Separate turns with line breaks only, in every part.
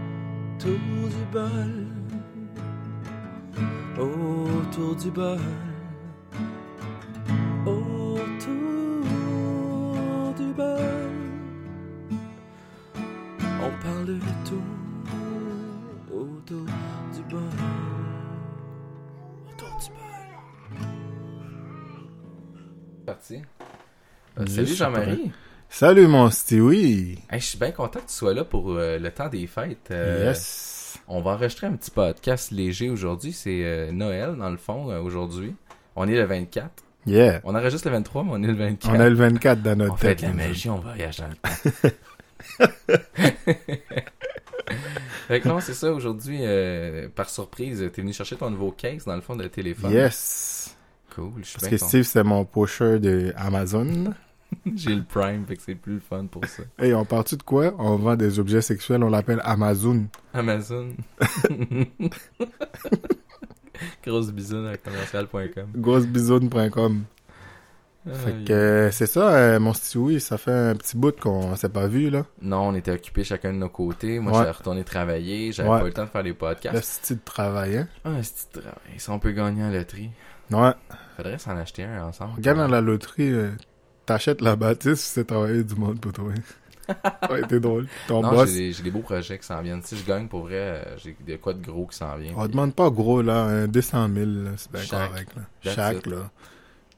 autour du bol, autour du bol, autour du bol. On parle de tout autour du bol, autour du bol.
Parti. Euh,
Yes,
salut
c'est
Jean-Marie.
Salut mon Stewie!
Hey, je suis bien content que tu sois là pour euh, le temps des fêtes. Euh,
Yes!
On va enregistrer un petit podcast léger aujourd'hui. C'est euh, Noël, dans le fond, euh, aujourd'hui. On est le 24.
Yeah!
On enregistre le 23, mais on est le 24.
On a le 24 dans notre
On fait
tête.
de la magie, on voyage dans le temps. fait que non, c'est ça. Aujourd'hui, euh, par surprise, t'es venu chercher ton nouveau case dans le fond de téléphone.
Yes!
Cool, je suis
Parce
bien
que
content.
Steve, c'est mon pusher de Amazon.
J'ai le Prime, fait que c'est plus le fun pour ça.
Et on parle de quoi? On vend des objets sexuels, on l'appelle Amazon.
Amazon. Grosse bisoune à commercial.com.
Grossebisone.com.
Ah,
Fait que euh, c'est ça, euh, mon Stewie, ça fait un petit bout qu'on s'est pas vu, là.
Non, on était occupés chacun de nos côtés. Moi,
Ouais.
j'étais retourné travailler. J'avais
Ouais.
pas eu le temps de faire les
Le
podcasts.
style de travail, hein?
Ah, c'est du travail. Si on peut gagner à la loterie,
Ouais.
faudrait s'en acheter un ensemble.
Regarde dans la loterie, euh, t'achètes la bâtisse, c'est travailler du monde pour toi. ouais, t'es drôle. Ton
Non,
boss.
j'ai des- j'ai des beaux projets qui s'en viennent. Si je gagne, pour vrai, euh, j'ai de quoi de gros qui s'en vient.
On demande pas gros, là, un 200 000, là, c'est bien
Chaque.
correct, là.
That's
Chaque,
it.
là.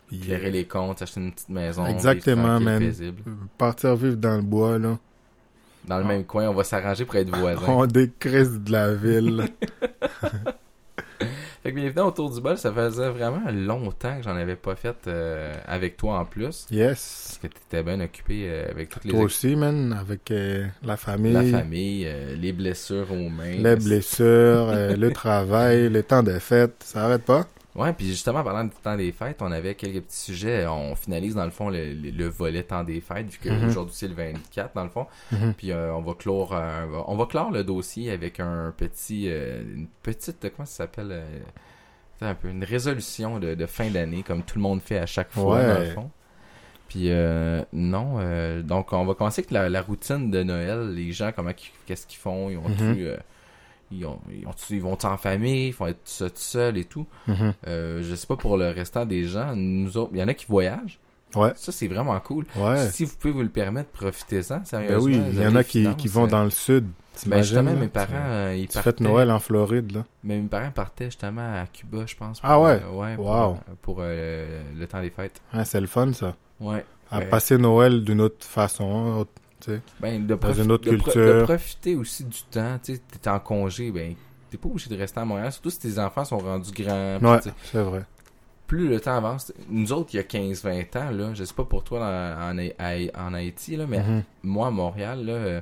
Puis,
Gérer les comptes, acheter une petite maison.
Exactement,
vivre tranquille,
man.
paisible.
euh, Partir vivre dans le bois, là.
Dans le
Ah.
même coin, on va s'arranger pour être voisins.
On décrise de la ville.
Fait que bienvenue autour du bol, ça faisait vraiment longtemps que j'en avais pas fait euh, avec toi en plus. Parce
yes.
que t'étais bien occupé euh, avec toutes les
Toi
ex-
aussi, man, avec euh, la famille,
la famille, euh, les blessures aux mains.
les blessures, euh, le travail, le temps des fêtes. Ça arrête pas?
Ouais, puis justement, parlant du temps des fêtes, on avait quelques petits sujets. On finalise dans le fond le, le- le volet temps des fêtes, vu
Mhm.
qu'aujourd'hui c'est le 24 dans le fond.
Mhm.
Puis euh, on va clore un- on va clore le dossier avec un petit euh, une petite comment ça s'appelle euh, attends un peu une résolution de, de fin d'année comme tout le monde fait à chaque fois
Ouais.
dans le fond. Puis euh, non, euh, donc on va commencer avec la, la routine de Noël, les gens comment qu'ils- qu'est-ce qu'ils font, ils ont
Mhm.
tu, euh, ils ont, ils ont- ils vont en famille, ils vont être tout seuls seul et tout.
Mhm.
Euh, je sais pas pour le restant des gens, nous autres, il y en a qui voyagent.
Ouais.
Ça c'est vraiment cool.
Ouais.
Si vous pouvez vous le permettre, profitez-en.
Ben
Sérieusement,
oui,
vous
il y
avez
en
les
a qui,
finances,
qui vont
euh,
dans le sud.
ben
T'imagines,
justement,
là?
mes
Tu-
parents, euh, ils
Tu fêtes
partaient.
Noël en Floride, là.
Mais mes parents partaient justement à Cuba, je pense.
Ah ouais?
euh, ouais. Pour,
Wow.
euh, pour, euh, le temps des fêtes.
Hein, c'est le fun, ça.
Ouais.
À
Ouais.
passer Noël d'une autre façon. hein, autre-
Ben, de
une autre
de pro-
culture.
de profiter aussi du temps. Tu sais, t'es en congé, ben, t'es pas obligé de rester à Montréal, surtout si tes enfants sont rendus grands. puis
Ouais,
tu sais,
c'est vrai.
Plus le temps avance, nous autres, il y a 15-20 ans, là, je sais pas pour toi dans- en, Haï- Haï- en Haïti, là, mais
Mhm.
moi à Montréal, là, euh,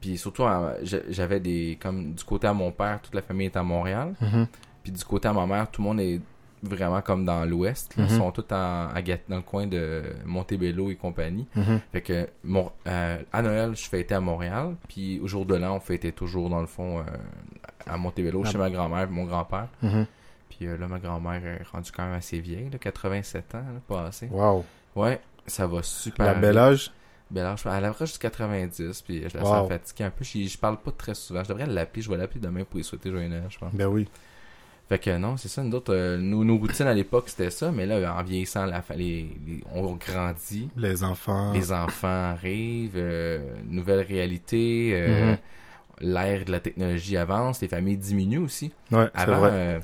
puis surtout, à- j'a- j'avais des. Comme du côté à mon père, toute la famille est à Montréal.
Mhm.
Puis du côté à ma mère, tout le monde est vraiment comme dans l'ouest.
Mhm.
là. Ils sont tous en- à Gat- dans le coin de Montebello et compagnie.
Mhm.
Fait que mon, euh, à Noël, je fêtais à Montréal. Puis au jour de l'an, on fêtait toujours dans le fond euh, à Montebello
Ah
chez ma grand-mère et mon grand-père.
Mhm.
Puis euh, là, ma grand-mère est rendue quand même assez vieille, là, 87 ans, là, pas assez.
Wow.
Ouais, ça va super.
La
bien.
bel âge?
Bel âge. Ben, Elle approche du 90, puis je la
Wow.
sens fatiguée un peu. Je, je parle pas très souvent. Je devrais l'appeler, je vais l'appeler demain pour lui souhaiter joyeux Noël, je pense.
Ben oui.
Fait que non, c'est ça, nous autres, euh, nos, nos routines à l'époque, c'était ça, mais là, en vieillissant, la, fa- les, les- on grandit,
Les enfants.
les enfants arrivent, euh, nouvelle réalité, euh,
Mhm.
l'ère de la technologie avance, les familles diminuent aussi.
Ouais, c'est
Avant,
vrai.
euh,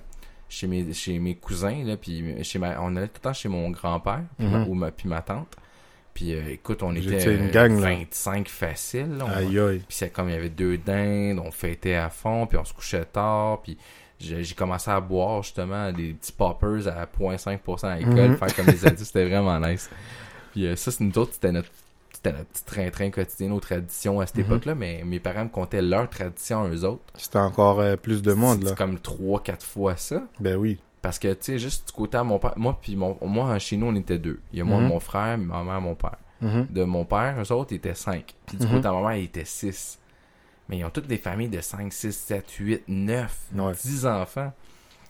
chez, mes, chez mes cousins, là, puis chez ma, on allait tout le temps chez mon grand-père, puis
Mhm.
ma- ou ma, puis ma tante. Puis euh, écoute, on
Vous
était
étiez une
euh,
gang, là.
25 facile. là, on-
Aïe aïe.
puis c'est comme il y avait deux dindes, on fêtait à fond, puis on se couchait tard, puis j'ai j'ai commencé à boire justement des petits poppers à 0.5% à l'école,
Mhm.
faire comme les adultes, c'était vraiment nice. Puis euh, ça, c'est nous autres, c'était notre c'était notre petit train-train quotidien, nos traditions à cette
Mhm.
époque-là, mais mes parents me contaient leurs traditions à eux autres.
C'était encore euh, plus de monde,
C'est-
là.
C'est comme trois, quatre fois ça.
Ben oui.
Parce que, tu sais, juste du côté à mon père, moi, puis mon, moi, chez nous, on était deux. Il y a moi,
Mhm.
mon frère, ma mère, mon père
Mhm.
de mon père, eux autres ils étaient 5. Puis du
Mhm.
côté de ma mère, ils étaient 6. Mais ils ont toutes des familles de 5, 6, 7, 8, 9,
Ouais.
10 enfants.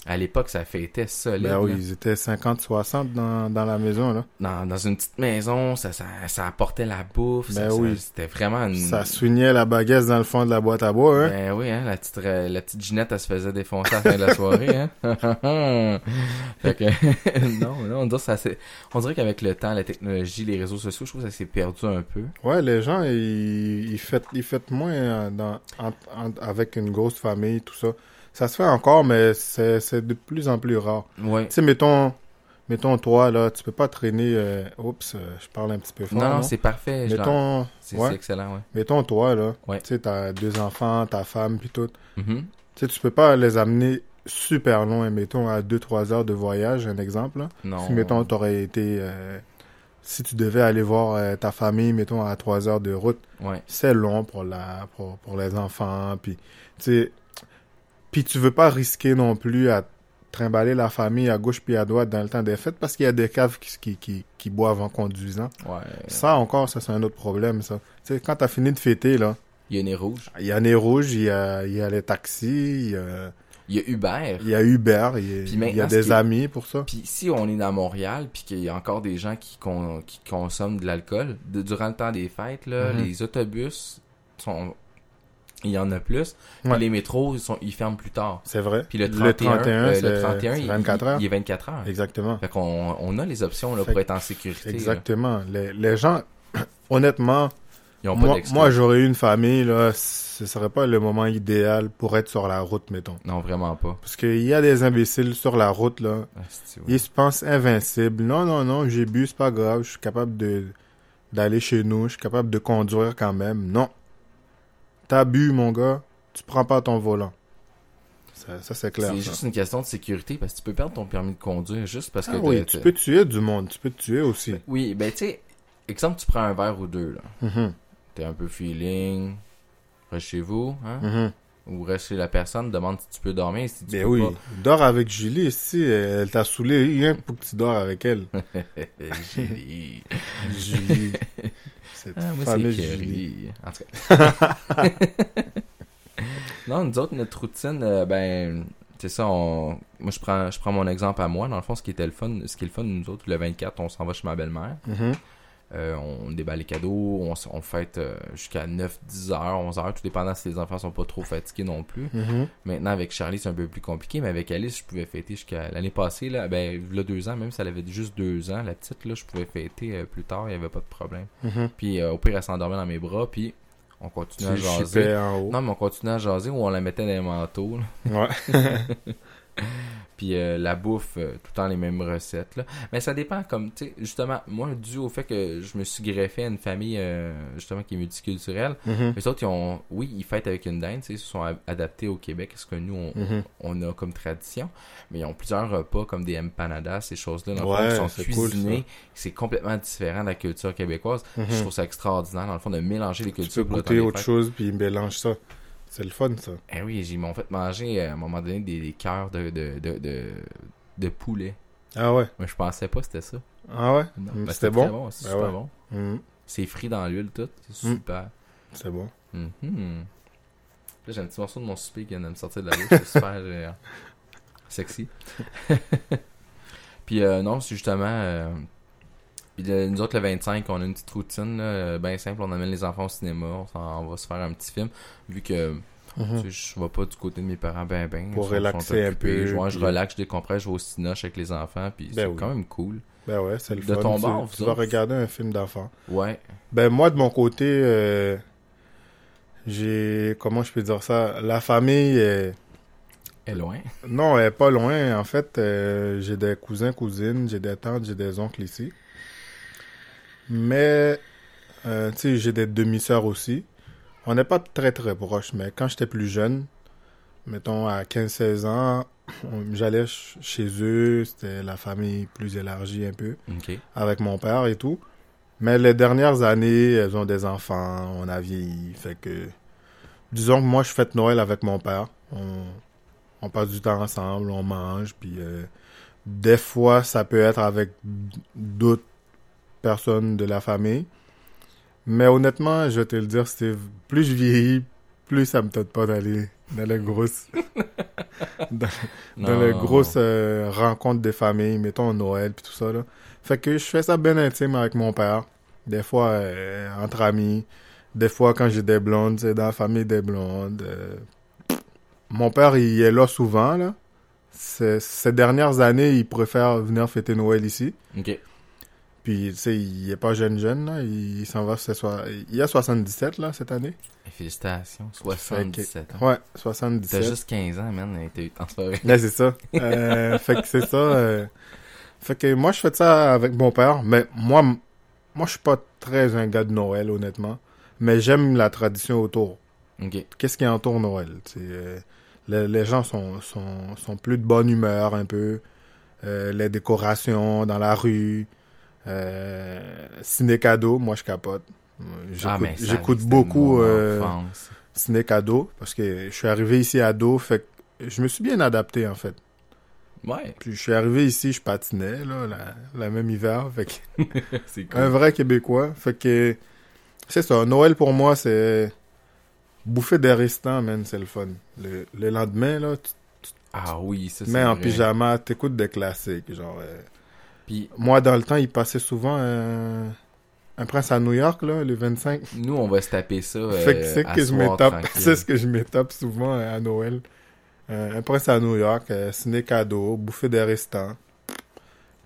À l'époque, ça fêtait solide.
Ben oui,
là.
ils étaient 50-60 dans, dans la maison, là.
Dans, dans une petite maison, ça, ça, ça apportait la bouffe. ça-
Ben
ça-
oui.
C'était vraiment une.
Ça soignait la baguette dans le fond de la boîte à bois, hein.
Ben oui, hein, la petite, euh, la petite Ginette, elle se faisait défoncer à la fin de la soirée, hein. fait que, non, non, on dirait, que ça s'est- on dirait qu'avec le temps, la technologie, les réseaux sociaux, je trouve que ça s'est perdu un peu.
Ouais, les gens, ils, ils fêtent, ils fêtent moins euh, dans, en- en- avec une grosse famille, tout ça. Ça se fait encore, mais c'est c'est de plus en plus rare.
Ouais.
Tu sais, mettons, mettons toi, là, tu peux pas traîner... euh, oups, euh, je parle un petit peu fort,
Non,
non?
non, c'est parfait. je l'en-
mettons,
C'est
ouais.
c'est excellent, ouais.
mettons toi, là,
Ouais.
tu sais, t'as deux enfants, ta femme, puis tout.
Mhm.
Tu sais, tu peux pas les amener super loin, mettons, à 2-3 heures de voyage, un exemple, là.
Non.
Si, mettons, t'aurais été... euh, si tu devais aller voir euh, ta famille, mettons, à 3 heures de route,
Ouais.
c'est long pour la pour, pour les enfants puis tu sais, puis tu veux pas risquer non plus à trimballer la famille à gauche puis à droite dans le temps des fêtes parce qu'il y a des caves qui qui, qui, qui boivent en conduisant
Ouais.
ça encore ça c'est un autre problème ça tu sais quand t'as fini de fêter là
Il y a E Nez Rouge.
il y a les rouges il y a il y a les taxis il y a,
Il y a Uber.
il y a Uber il y a,
Puis maintenant,
il y a
ce
des
qui-
amis pour ça
Puis si on est dans Montréal, puis qu'il y a encore des gens qui, con- qui consomment de l'alcool, de- durant le temps des fêtes, là,
Mhm.
les autobus sont... Il y en a plus. Puis
Ouais.
les métros, ils, sont... ils ferment plus tard.
c'est vrai
Puis le 31, euh,
c'est-
le 31
c'est
il,
24 heures
il est 24 heures.
exactement
Fait qu'on on a les options là,
Fait
pour être en sécurité. là.
exactement les, les gens honnêtement
Ils ont pas
Moi,
d'excuse.
moi, j'aurais eu une famille, là, ce serait pas le moment idéal pour être sur la route, mettons.
Non, vraiment pas.
Parce qu'il y a des imbéciles sur la route, là.
Ah, c'est- ouais.
Ils se pensent invincibles. Non, non, non, j'ai bu, c'est pas grave, je suis capable de d'aller chez nous, je suis capable de conduire quand même. Non. T'as bu, mon gars, tu prends pas ton volant. Ça, ça, c'est clair.
C'est
ça.
juste une question de sécurité parce que tu peux perdre ton permis de conduire juste parce que
Ah
t'as-
oui, tu
t'as-
peux tuer du monde, tu peux te tuer aussi.
Oui, ben tu sais, exemple, tu prends un verre ou deux, là.
Mhm,
T'es un peu feeling, reste chez vous, hein?
mhm.
Ou reste chez la personne, demande si tu peux dormir, si tu
Ben
peux
oui,
pas.
dors avec Julie ici, elle t'a saoulé rien que pour que tu dors avec elle.
Julie.
Julie. Cette
Ah, moi, c'est
fameuse Julie.
Kerry. En tout cas. non, nous autres, notre routine, euh, ben, c'est ça, on... moi, je prends, je prends mon exemple à moi. Dans le fond, ce qui était le fun, ce qui est le fun, nous autres, le 24, on s'en va chez ma belle-mère.
Mhm.
Euh, on déballe les cadeaux, on, s- on fête euh, jusqu'à 9, 10 heures, 11 heures, tout dépendant si les enfants sont pas trop fatigués non plus.
Mhm.
Maintenant, avec Charlie, c'est un peu plus compliqué, mais avec Alice, je pouvais fêter jusqu'à l'année passée, là, ben, là, deux ans, même si elle avait juste deux ans, la petite, là, je pouvais fêter euh, plus tard, il n'y avait pas de problème.
Mhm.
Puis, euh, au pire, elle s'endormait dans mes bras, puis on
Tu
continuait à
chipais
jaser.
en haut.
Non, mais on continuait à jaser ou on la mettait dans les manteaux, là.
Ouais.
puis euh, la bouffe, euh, tout le temps les mêmes recettes, là. Mais ça dépend, comme, tu sais, justement, moi, dû au fait que je me suis greffé à une famille, euh, justement, qui est multiculturelle,
Mhm.
les autres, ils ont, oui, ils fêtent avec une dinde, tu sais, ils se sont a- adaptés au Québec, ce que nous, on,
Mhm.
on a comme tradition, mais ils ont plusieurs repas comme des empanadas, ces choses-là, dans le
Ouais,
fond, qui sont
c'est cool,
cuisinés. c'est complètement différent de la culture québécoise.
Mhm.
Je trouve ça extraordinaire, dans le fond, de mélanger les
Tu
cultures.
peux
pour le temps
goûter
des
autre
fêtes.
chose puis mélange ça. C'est le fun ça.
Eh oui, ils m'ont fait manger euh, à un moment donné des, des cœurs de, de, de, de, de poulet.
Ah ouais.
Mais je pensais pas que c'était ça.
Ah ouais.
Non,
Mm,
ben, très
c'était bon?
c'est
Ben
super
ouais.
bon.
Mm.
C'est frit dans l'huile, tout. C'est
Mm.
super.
C'est bon.
Mhm. Là, j'ai un petit morceau de mon souper qui vient de me sortir de la bouche. C'est super euh, sexy. Puis euh, non, c'est justement... euh, puis de- nous autres, le 25, on a une petite routine, bien simple. On amène les enfants au cinéma, on, s'en- on va se faire un petit film. Vu que
Mhm.
tu sais, je vais pas du côté de mes parents, ben ben.
Pour
ils sont-
relaxer
sont
un
occupés.
peu,
Je, ouais, je
puis-
relaxe, je décompresse, je vais au cinoche avec les enfants. Puis
Ben
c'est
oui.
quand même cool.
Ben ouais, c'est le
De
fun.
ton
Tu-
bord,
tu
vous
vas
autres?
regarder un film d'enfant.
Ouais.
Ben moi de mon côté, euh, j'ai comment je peux dire ça, la famille. euh,
Et loin.
Non, elle est pas loin. En fait, euh, j'ai des cousins, cousines, j'ai des tantes, j'ai des oncles ici. Mais, euh, tu sais, j'ai des demi-sœurs aussi. On n'est pas très, très proches, mais quand j'étais plus jeune, mettons à 15-16 ans, on- j'allais ch- chez eux, c'était la famille plus élargie un peu,
Ok.
avec mon père et tout. Mais les dernières années, elles ont des enfants, on a vieilli, fait que... Disons que moi, je fête Noël avec mon père. On, on passe du temps ensemble, on mange, puis euh, des fois, ça peut être avec d'autres personnes de la famille. Mais honnêtement, je vais te le dire, Steve, plus je vieillis, plus ça me tente pas d'aller dans les grosses dans les grosses euh, rencontres des familles, mettons Noël puis tout ça là. Fait que je fais ça bien intime avec mon père. Des fois euh, entre amis, des fois quand j'ai des blondes, c'est dans la famille des blondes. euh. Mon père il est là souvent là. Ces- ces dernières années, il préfère venir fêter Noël ici.
Ok.
Puis tu sais, il est pas jeune jeune là, il s'en va ce soir. Il a 77 là cette année.
Et Félicitations. 77 ans.
Ouais,
T'as
77.
juste 15 ans, man. et T'as eu tant de
Ouais, c'est ça. Euh, fait que c'est ça. euh, Fait que moi, je fais ça avec mon père. Mais moi, m- moi je suis pas très un gars de Noël, honnêtement. Mais j'aime la tradition autour.
Ok.
Qu'est-ce qui entoure Noël? C'est, euh, les, les gens sont, sont, sont plus de bonne humeur un peu. Euh, les décorations dans la rue. Euh, ciné cadeau, moi, je capote.
Ah,
Euh, J'écoute
mais ça,
j'écoute
c'était
beaucoup...
mon
euh,
enfance.
ciné cadeau parce que je suis arrivé ici ado, fait que je me suis bien adapté en fait.
Ouais.
Puis je suis arrivé ici, je patinais là, la, la même hiver, fait que
C'est cool.
un vrai Québécois, fait que c'est ça. Noël pour moi c'est bouffer des restants, man, c'est le fun. Le, le lendemain là, tu
Ah oui, ça
te
c'est.
mets en
vrai.
pyjama, t'écoutes des classiques, genre. euh,
Puis
Moi dans le temps, il passait souvent euh, un prince à New York là, le 25.
nous, on va se taper ça.
Fait que
euh,
c'est
à
que je
soir,
m'étape,
tranquille.
c'est ce que je m'étape souvent euh, à Noël. Euh, un prince à New York, euh, ciné cadeau, bouffer des restants,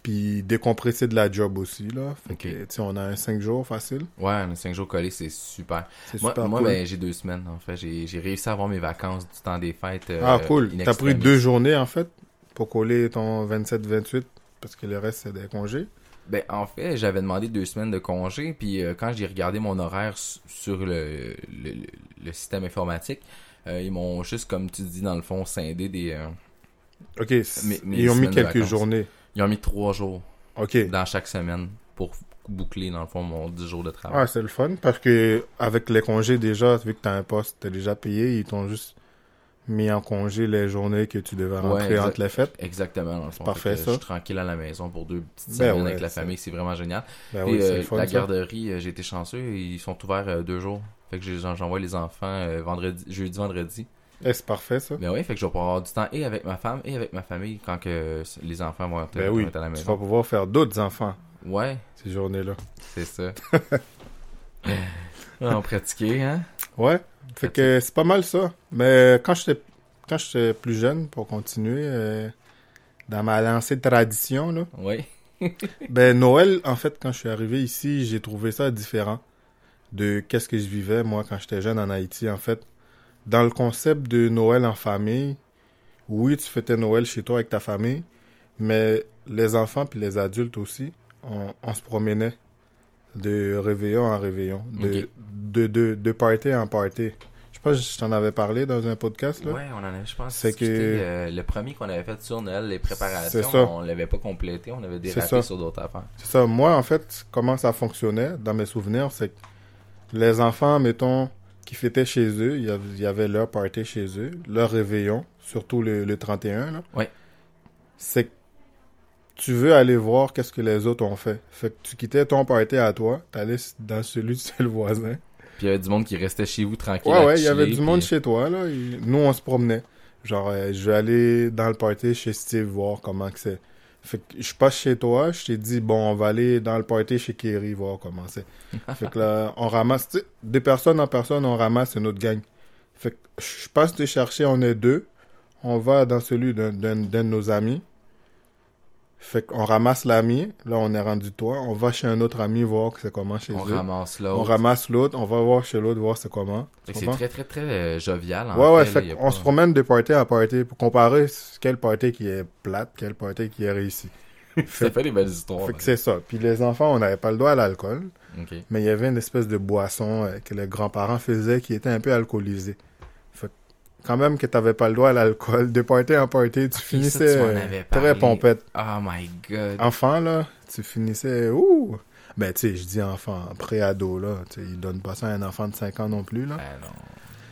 puis décompresser de la job aussi là. Fait
Ok.
que, tu sais, on a un 5 jours facile.
Ouais, 5 jours collés, c'est super.
C'est
Moi,
super
moi
cool.
ben, j'ai deux semaines, en fait. J'ai j'ai réussi à avoir mes vacances du temps des fêtes. euh,
ah cool.
in
T'as pris
extremis.
deux journées en fait pour coller ton 27-28 parce que le reste c'est des congés.
Ben, en fait, j'avais demandé deux semaines de congé, puis euh, quand j'ai regardé mon horaire s- sur le, le, le- le système informatique, euh, ils m'ont juste, comme tu dis, dans le fond, scindé des... euh,
Ok. c-
Mais- mais
ils ont
semaine
mis
de
quelques
vacances.
journées.
ils ont mis trois jours
Ok.
dans chaque semaine pour boucler, dans le fond, mon 10 jours de travail.
Ah c'est le fun parce que avec les congés déjà vu que t'as un poste t'es déjà payé ils t'ont juste mis en congé les journées que tu devais rentrer
exact.
entre les fêtes.
Exactement, dans le fond.
Parfait,
Fait que
ça.
Je suis tranquille à la maison pour deux petites
Ben
semaines
ouais,
avec la
ça.
famille, c'est vraiment génial.
Ben
Puis,
oui, c'est
euh,
le fun,
la
ça.
garderie, euh, j'ai été chanceux, ils sont ouverts euh, deux jours. Fait que j'ai- j'en- j'envoie les enfants euh, vendredi, jeudi, vendredi.
Eh, c'est parfait, ça.
Mais Ben oui, fait que je vais pouvoir avoir du temps et avec ma femme et avec ma famille quand que s- les enfants vont être,
Ben
vont
oui,
être à la
tu vas
maison.
pouvoir faire d'autres enfants
Ouais,
ces journées-là.
c'est ça. On pratiquer, hein?
Ouais, fait que c'est pas mal ça. Mais quand j'étais quand j'étais plus jeune, pour continuer, euh, dans ma lancée de tradition, là,
Oui.
ben Noël, en fait, quand je suis arrivé ici, j'ai trouvé ça différent de qu'est-ce que je vivais, moi, quand j'étais jeune en Haïti, en fait. Dans le concept de Noël en famille, oui, tu fêtais Noël chez toi avec ta famille, mais les enfants puis les adultes aussi, on, on se promenait de réveillon en réveillon, de,
Ok.
de, de, de party en party. Je sais pas si je t'en avais parlé dans un podcast, là.
Ouais, on en avait, je pense,
C'est
discuté,
que-
euh, le premier qu'on avait fait sur Noël, les
C'est
préparations,
ça.
on l'avait pas complété, on avait
C'est ça.
dérapé sur d'autres affaires.
C'est ça. Moi, en fait, comment ça fonctionnait dans mes souvenirs, c'est que les enfants, mettons, qui fêtaient chez eux, il y av- il y avait leur party chez eux, leur réveillon, surtout le, le 31, là.
Ouais.
C'est que tu veux aller voir qu'est-ce que les autres ont fait. Fait que tu quittais ton party à toi, t'allais s- dans celui du seul voisin.
Puis il y avait du monde qui restait chez vous tranquille.
Ouais,
à
ouais, il y avait
chiller,
du monde
puis-
chez toi, là. et nous, on se promenait. Genre, euh, je vais aller dans le party chez Steve voir comment que c'est. Fait que je passe chez toi, je t'ai dit, bon, on va aller dans le party chez Kerry voir comment c'est. fait que là, on ramasse, tu sais, de personne en personne, on ramasse une autre gang. Fait que je passe te chercher, on est deux. On va dans celui d'un d'un- d'un de nos amis. Fait qu'on ramasse l'ami, là on est rendu toi, on va chez un autre ami voir que c'est comment chez
On
eux.
ramasse là.
on ramasse l'autre, on va voir chez l'autre voir c'est comment.
Fait que
Tu
C'est
comprends?
très, très, très euh, jovial. en
Ouais, ouais,
fait,
fait
là, y a
qu'on
pas-
se promène de party à party pour comparer s- quelle party qui est plate, quelle party qui est réussie.
Ça fait des belles histoires.
Fait que c'est ça. Puis les enfants, on n'avait pas le droit à l'alcool,
là. Ok.
mais il y avait une espèce de boisson euh, que les grands-parents faisaient qui était un peu alcoolisée. Fait que quand même que t'avais pas le droit à l'alcool, de party en party, tu
Ok, ça,
finissais
tu m'en
euh,
avais parlé.
très pompette.
Oh my god.
Enfant, là, tu finissais... Ouh! Ben, tu sais, je dis enfant, pré-ado, là. Tu sais, ils donnent pas ça à un enfant de 5 ans non plus, là.
Ah non.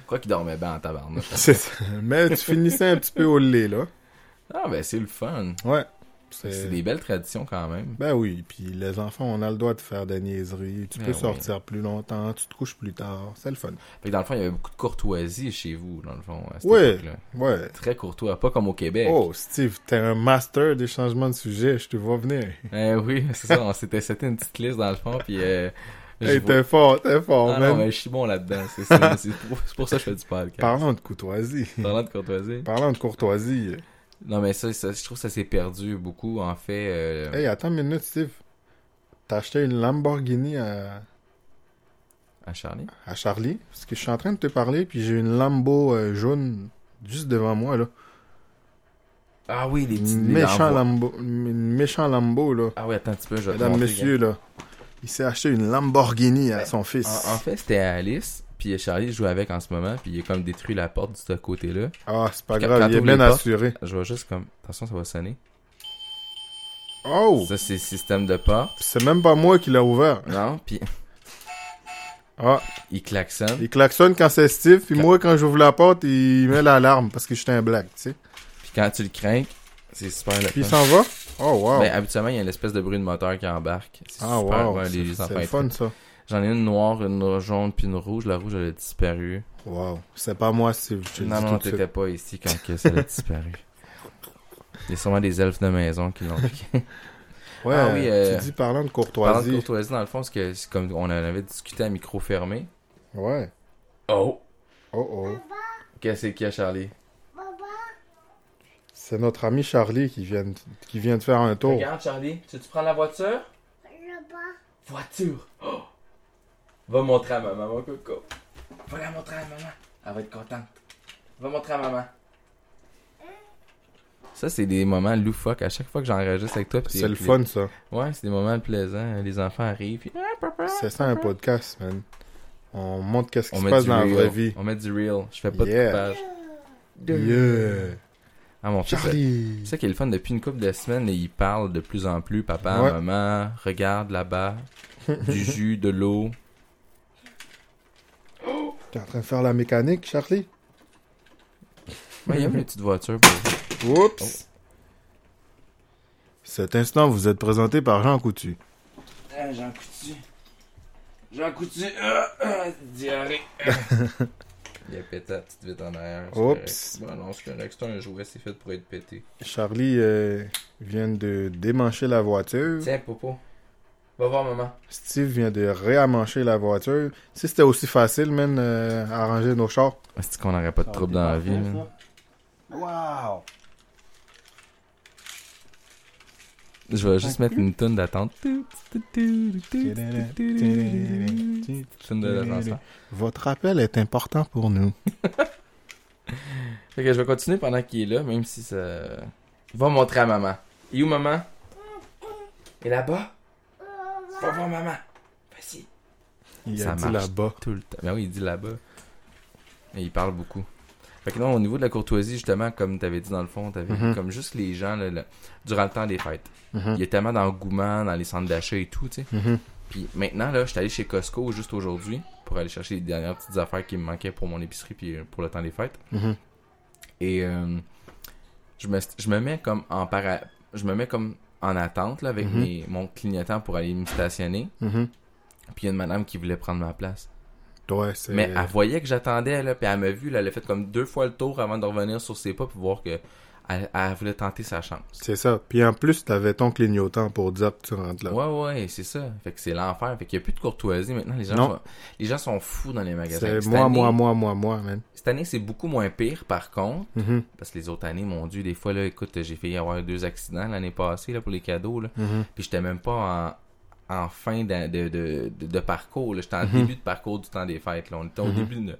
Quoi qu'il dormait bien en tabarnak.
C'est ça. Mais tu finissais un petit peu au lait, là.
Ah ben c'est le fun.
Ouais.
C'est des belles traditions quand même.
Ben oui, puis les enfants, on a le droit de faire des niaiseries. Tu
Ben
peux
oui.
sortir plus longtemps, tu te couches plus tard. C'est le fun.
Fait que dans le fond, il y avait beaucoup de courtoisie chez vous, dans le fond, à cette
Ouais.
époque-là.
Ouais.
Très courtois, pas comme au Québec.
Oh, Steve, t'es un master des changements de sujet. Je te vois venir.
Eh oui, c'est ça, on s'était c'était une petite liste dans le fond, puis... euh, je
Hey,
vois-
t'es fort, t'es fort,
Ah
man.
non, mais je suis bon là-dedans, c'est ça, c'est pour, c'est pour ça que je fais du podcast.
Parlons de courtoisie.
Parlant de courtoisie.
Parlons de courtoisie.
Non, mais ça, ça, je trouve que ça s'est perdu beaucoup, en fait. euh,
Hey, attends une minute, Steve. T'as acheté une Lamborghini à,
À Charlie.
à Charlie? Parce que je suis en train de te parler, puis j'ai une Lambo euh, jaune juste devant moi, là.
Ah oui, les petits... les
Méchant
Lambo-
Lambo. Une méchant Lambo, là.
Ah oui, attends un petit peu, je vais te
Madame,
montrer,
monsieur, là. Il s'est acheté une Lamborghini à
Ben,
son fils.
En, en fait, c'était à Alice, puis Charlie joue avec en ce moment, puis il a comme détruit la porte de ce côté-là.
Ah, c'est pas
Quand-
grave,
quand
il est
on
bien
les porte.
assuré.
Je vois juste comme... Attention, ça va sonner.
Oh!
Ça, c'est le système de porte.
C'est même pas moi qui l'ai ouvert.
Non, puis
Ah,
il klaxonne.
il klaxonne quand c'est Steve, puis
Quand-
moi, quand j'ouvre la porte, il met l'alarme parce que j'étais un black, tu sais.
Puis quand tu le crains, c'est super le
Puis il
fun.
s'en va? Oh, wow.
Ben, habituellement, il y a une espèce de bruit de moteur qui embarque. C'est
ah,
super,
wow.
ouais, les
C'est- C'est
enfants
le
étaient-
fun, ça.
J'en ai une noire, une jaune, puis une rouge. La rouge, elle a disparu.
Wow. C'est pas moi, Steve. Je te le
Non,
dis
non,
tout de suite.
t'étais pas ici quand que ça a disparu. Il y a sûrement des elfes de maison qui l'ont piqué.
Ouais,
Ah oui, euh,
tu dis parlant de
Parlant de
courtoisie.
courtoisie, dans le fond, c'est que c'est comme on en avait discuté à micro fermé.
Ouais.
Oh!
Oh, oh.
Qu'est-ce qu'il y a, Charlie?
C'est notre ami Charlie qui vient, de- qui vient de faire un tour.
Regarde, Charlie, tu veux-tu prendre la voiture? Voiture! Oh! Va montrer à maman, mon coco. Va la montrer à maman. Elle va être contente. Va montrer à maman. Ça, c'est des moments loufoques. À chaque fois que j'enregistre avec toi, pis
C'est le fun, ça.
Ouais, c'est des moments plaisants. Les enfants arrivent. Puis... Ah, papa.
C'est ça un podcast, man. On montre qu'est-ce qui
On
se
met
passe
du
dans la
real.
vraie vie.
On met du real. Je fais pas
Yeah.
de coupage.
Yeah.
Ah, mon fils,
Charlie.
C'est ça qui est le fun depuis une couple de semaines, il parle de plus en plus, papa,
Ouais.
maman, regarde là-bas, du jus, de l'eau.
T'es en train de faire la mécanique, Charlie?
Ouais, il y a même une petite voiture. pour-
Oups. Oh. Cet instant vous êtes présenté par Jean Coutu.
Ah, Jean Coutu. Jean Coutu. Ah, ah, diarrhée. il a pété la petite vite en arrière. c'est
Oups.
correct. Bon, non, c'est correct. C'est un jouet, c'est fait pour être pété.
Charlie euh, vient de démancher la voiture.
Tiens, Popo. Va voir maman.
Steve vient de réamancher la voiture. Si c'était aussi facile, man, euh, arranger nos chars.
Est-ce Ah, qu'on n'aurait pas de trouble dans la vie? là?
Wow!
Je vais juste mettre une tonne d'attente. Tonne de l'ascenseur.
Votre appel est important pour nous.
Fait que je vais continuer pendant qu'il est là, même si ça. Va montrer à maman. Et où maman Et là-bas Va voir maman. Vas-y.
Il
Ça
a dit
marche.
là-bas.
Tout le temps. Ben oui, il dit là-bas. Et il parle beaucoup. Fait que non, au niveau de la courtoisie, justement, comme t'avais dit dans le fond, t'avais
Mhm.
comme juste les gens, là, là, durant le temps des fêtes.
Mhm.
Il y a tellement d'engouement dans les centres d'achat et tout, tu sais.
Mhm.
Puis maintenant, là, je suis allé chez Costco juste aujourd'hui pour aller chercher les dernières petites affaires qui me manquaient pour mon épicerie puis euh, pour le temps des fêtes.
Mhm.
Et euh, je, me, je me mets comme en para... je me mets comme en attente là, avec
Mhm.
mes, mon clignotant pour aller me stationner.
Mhm.
Puis il y a une madame qui voulait prendre ma place.
Ouais, c'est...
Mais elle voyait que j'attendais, là, puis elle m'a vu, là, elle a fait comme deux fois le tour avant de revenir sur ses pas pour voir que elle, elle voulait tenter sa chance.
C'est ça. Puis en plus, t'avais ton clignotant pour dire que tu rentres là.
Ouais, ouais, c'est ça. Fait que c'est l'enfer. Fait qu'il n'y a plus de courtoisie maintenant. Les gens,
Non.
sont, les gens sont fous dans les magasins.
C'est
Cette
moi,
année-
moi, moi, moi, moi, man.
Cette année, c'est beaucoup moins pire, par contre.
Mhm.
Parce que les autres années, mon Dieu, des fois, là, écoute, j'ai failli avoir deux accidents l'année passée, là, pour les cadeaux, là.
Mhm.
Puis j'étais même pas en, en fin de, de, de, de- de parcours, là. J'étais
Mhm.
en début de parcours du temps des fêtes, là. On était au début de...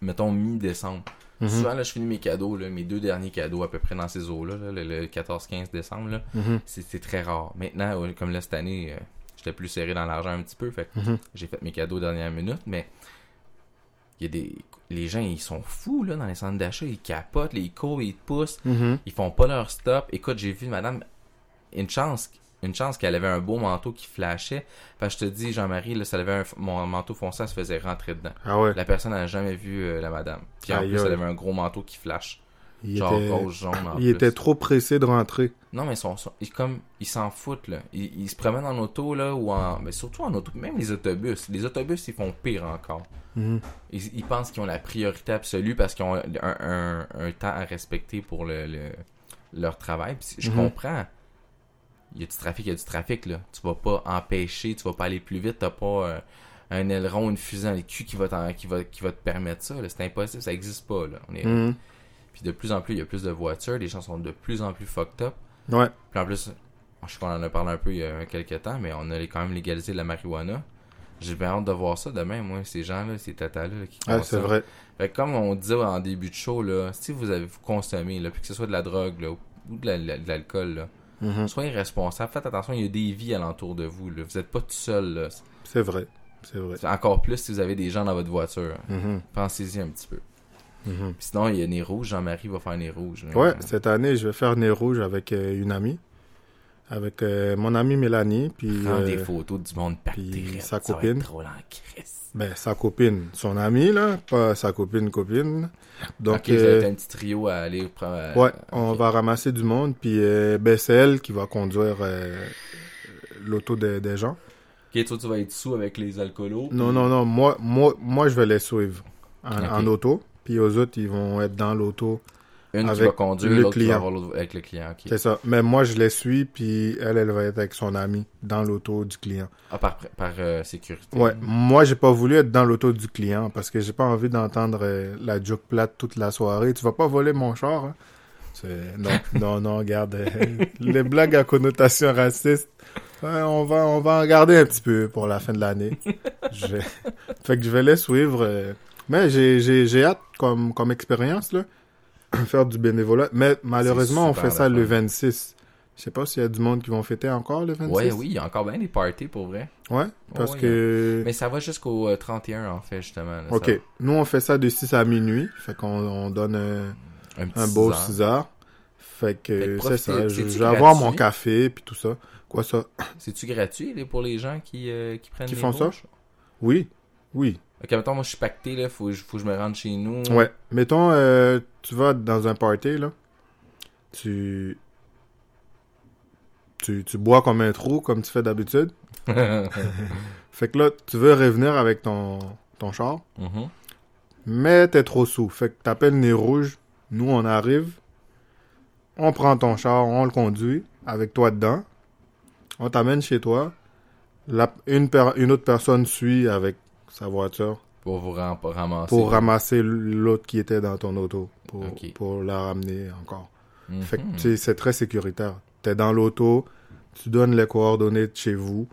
Mettons, mi-décembre.
Mhm.
Souvent, là, je finis mes cadeaux, là, mes deux derniers cadeaux, à peu près dans ces eaux-là, là, le, le 14-15 décembre, là.
Mhm.
C'est- C'est très rare. Maintenant, ouais, comme là, cette année, euh, j'étais plus serré dans l'argent un petit peu, fait que
Mhm.
j'ai fait mes cadeaux dernière minute, mais il y a des... Les gens, ils sont fous, là, dans les centres d'achat. Ils capotent, les cours, ils te poussent.
Mhm.
Ils font pas leur stop. Écoute, j'ai vu madame, une chance, une chance qu'elle avait un beau manteau qui flashait. Parce que je te dis, Jean-Marie, là, si elle avait un, f- mon manteau foncé, elle se faisait rentrer dedans.
Ah ouais.
La personne n'a jamais vu euh, la madame. Puis en
Aïe,
plus,
aïe.
elle avait un gros manteau qui flash.
Il
genre
était,
gauche jaune en
il
plus.
était trop pressé de rentrer.
Non, mais ils sont, sont- ils, comme, ils s'en foutent, là. Ils, ils se promènent en auto, là, ou en. Mais surtout en auto, même les autobus. Les autobus, ils font pire encore.
Mhm.
Ils, ils pensent qu'ils ont la priorité absolue parce qu'ils ont un, un- un temps à respecter pour le, le- leur travail. Puis je
Mhm.
comprends. Il y a du trafic, il y a du trafic, là. Tu vas pas empêcher, tu vas pas aller plus vite, t'as pas euh, un aileron, une fusée dans les culs qui va, t'en- qui va, qui va te permettre ça, là. C'est impossible, ça existe pas, là. On est-
Mhm.
Puis de plus en plus, il y a plus de voitures, les gens sont de plus en plus fucked up.
Ouais.
Puis en plus, je sais qu'on en a parlé un peu il y a quelques temps, mais on a quand même légalisé la marijuana. J'ai bien hâte de voir ça demain, moi, ces gens-là, ces tatas-là qui font
Ah, c'est
ça.
vrai.
Fait que comme on disait en début de show, là, si vous avez vous consommé, là, puis que ce soit de la drogue là, ou ou de la- la- de l'alcool, là,
Mhm.
soyez responsable. Faites attention, il y a des vies alentour de vous. Là. Vous n'êtes pas tout seul. Là.
C'est vrai. C'est vrai.
C'est Encore plus si vous avez des gens dans votre voiture.
Mhm.
Pensez-y un petit peu.
Mhm.
Puis sinon, il y a Nez Rouge. Jean-Marie va faire Nez Rouge. là.
Ouais, cette année, je vais faire Nez Rouge avec euh, une amie. Avec euh, mon amie Mélanie, puis
Prends Ah, des
euh,
photos du monde
puis
bactérien.
sa
Ça va
copine.
être drôle en crise.
ben, sa copine, son amie, là, pas sa copine, copine. Donc,
ok, vous
euh,
avez un petit trio à aller prendre. à-
Ouais,
à-
on
euh, ok.
va ramasser du monde, puis euh, ben, c'est elle qui va conduire euh, l'auto des- des gens.
Ok, toi, tu vas être sous avec les alcoolos.
Non, non, non, moi, moi, moi je vais les suivre en,
Ok.
en auto, puis aux autres, ils vont être dans l'auto.
Une qui
Avec
va conduire,
le
l'autre qui va
client.
avoir l'autre avec le client. ok.
C'est ça. Mais moi, je les suis, puis elle, elle va être avec son ami dans l'auto du client.
Ah, par, par euh, sécurité.
Ouais, moi, j'ai pas voulu être dans l'auto du client parce que j'ai pas envie d'entendre euh, la joke plate toute la soirée. Tu vas pas voler mon char. hein? C'est- Non, non, non, regarde. euh, les blagues à connotation raciste, euh, on, va, on va en garder un petit peu pour la fin de l'année. Je- Fait que je vais les suivre. euh, Mais j'ai- j'ai j'ai hâte comme, comme expérience, là, faire du bénévolat. Mais malheureusement, on
super
fait ça
le
le
fun.
26. Je sais pas s'il y a du monde qui vont fêter encore le 26.
Ouais, oui, il y a encore bien des parties pour vrai.
Ouais, parce
ouais,
que...
Mais ça va jusqu'au euh, 31 en fait, justement. là, ça
Ok, nous on fait ça de 6 à minuit, fait qu'on on donne un,
va. Un, petit
un beau
six heures.
6 heures. Fait
Fait que
que c'est
profitez,
ça, je,
c'est-tu
je vais avoir
gratuit?
mon café puis tout ça. Quoi ça
C'est-tu gratuit là, pour les gens qui, euh, qui prennent
Qui
les
font ça?
rouges?
Oui, oui.
Ok, mettons, moi je suis pacté, là, faut, que je- faut que je me rende chez nous.
Ouais, mettons, euh, tu vas dans un party là, tu... tu tu bois comme un trou comme tu fais d'habitude. Fait que là, tu veux revenir avec ton, ton char,
Mhm.
mais t'es trop sous. Fait que t'appelles Nez Rouge, nous on arrive, on prend ton char, on le conduit avec toi dedans, on t'amène chez toi, La- une, per- une autre personne suit avec sa voiture
Pour vous ram- ramasser.
pour ramasser l'autre qui était dans ton auto, pour,
Ok.
pour la ramener encore.
Mhm.
Fait que tu sais, c'est très sécuritaire. T'es dans l'auto, tu donnes les coordonnées de chez vous.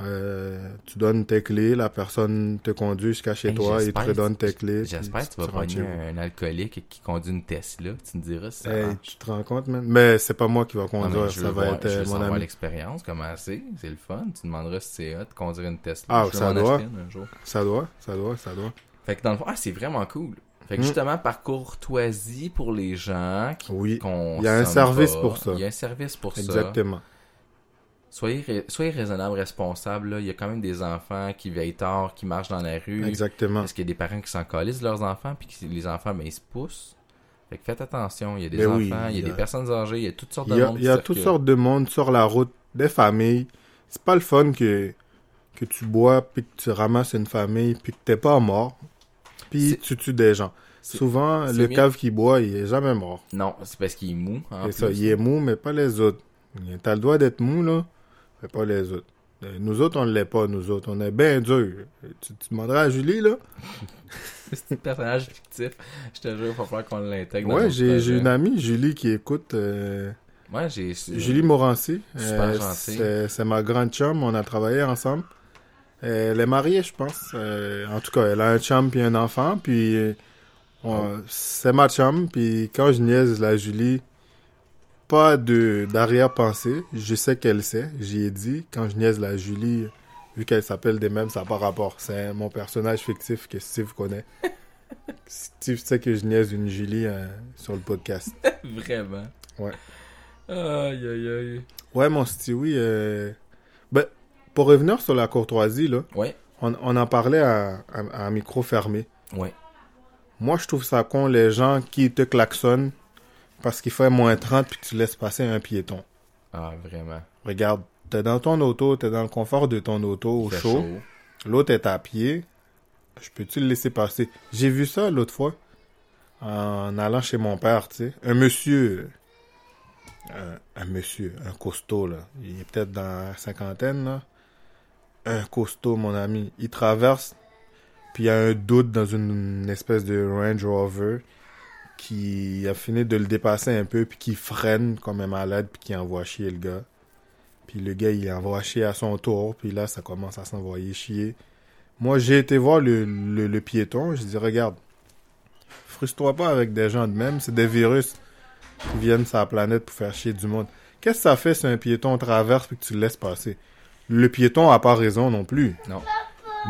euh, tu donnes tes clés, la personne te conduit jusqu'à chez
Hey,
toi, il te
j'espère-
redonne tes clés. puis
J'espère que tu vas
rentres
pogner
chez vous.
un, alcoolique qui conduit une Tesla. Tu me diras si ça
Hey,
marche.
tu te rends compte, man? Mais c'est pas moi qui va
Ah, mais
conduire,
je
ça
veux
va
voir- je
être
veux
euh, mon
savoir
ami.
l'expérience, comment c'est. C'est le fun. Tu demanderas si c'est hot de conduire une Tesla.
Ah,
Je vais
ça
m'en
doit.
acheter une un jour.
Ça doit, ça doit, ça doit.
Fait que dans le fond, ah, c'est vraiment cool. Fait que
Mm.
justement, par courtoisie pour les gens qui
Oui,
qu'on
Il y a un
somme
service
pas,
pour ça.
Il y a un service pour ça.
exactement.
Soyez, ra- soyez raisonnable, responsable. là. Il y a quand même des enfants qui veillent tard, qui marchent dans la rue.
Exactement.
Parce qu'il y a des parents qui s'en calissent de leurs enfants, puis que les enfants, ben, ils se poussent. Fait que faites attention. Il y a des
Ben
enfants,
oui,
il y a
il y
des
a-
personnes âgées, il y a toutes sortes
Il
de
y a,
monde.
il
qui
y a
circule.
toutes sortes de monde sur la route, des familles. C'est pas le fun que, que tu bois, puis que tu ramasses une famille, puis que t'es pas mort, puis
C'est-
tu tues des gens.
c'est-
Souvent,
c'est
le
mieux.
cave qui boit, il est jamais mort.
Non, c'est parce qu'ils mouent. en
C'est ça,
plus. hein.
il est mou, mais pas les autres. T'as le droit d'être mou, là, mais pas les autres. Euh, Nous autres, on ne l'est pas, nous autres. On est bien durs. Tu, tu demanderas à Julie, là.
C'est un personnage fictif. Je te jure, il va falloir qu'on l'intègre. dans
Ouais,
notre
j'ai j'ai
projet.
une amie, Julie, qui écoute. euh,
Ouais, j'ai.
Julie Morancy.
Super
Euh,
gentille.
c'est- C'est ma grande chum. On a travaillé ensemble. Euh, Elle est mariée, je pense. Euh, en tout cas, elle a un chum puis un enfant. Puis euh, on- c'est ma chum. Puis quand je niaise la Julie, pas de d'arrière-pensée. Je sais qu'elle sait. J'y ai dit. Quand je niaise la Julie, vu qu'elle s'appelle des mêmes, ça n'a pas rapport. C'est mon personnage fictif que Steve connaît. Steve sait que je niaise une Julie euh, sur le podcast.
Vraiment.
Ouais.
Aïe, aïe, aïe.
Ouais, mon Stewie. Euh... Ben, pour revenir sur la courtoisie, là,
Ouais.
on, on en parlait à, à, à un micro fermé.
Ouais.
Moi, je trouve ça con les gens qui te klaxonnent parce qu'il fait moins 30 puis que tu laisses passer un piéton.
Ah, vraiment.
Regarde, t'es dans ton auto, t'es dans le confort de ton auto au
Il fait
chaud. L'autre est à pied. Je peux-tu le laisser passer? J'ai vu ça l'autre fois. En allant chez mon père, tu sais. Un monsieur. Un, un monsieur, un costaud, là. Il est peut-être dans la cinquantaine, là. Un costaud, mon ami. Il traverse. Puis il y a un doute dans une, espèce de Range Rover qui a fini de le dépasser un peu, puis qui freine comme un malade, puis qui envoie chier le gars. Puis le gars, il envoie chier à son tour. Puis là, ça commence à s'envoyer chier. Moi, j'ai été voir le, le, le piéton. Je dis, regarde, frustre-toi pas avec des gens de même. C'est des virus qui viennent sur la planète pour faire chier du monde. Qu'est-ce que ça fait si un piéton traverse puis que tu le laisses passer? Le piéton a pas raison non plus.
Non.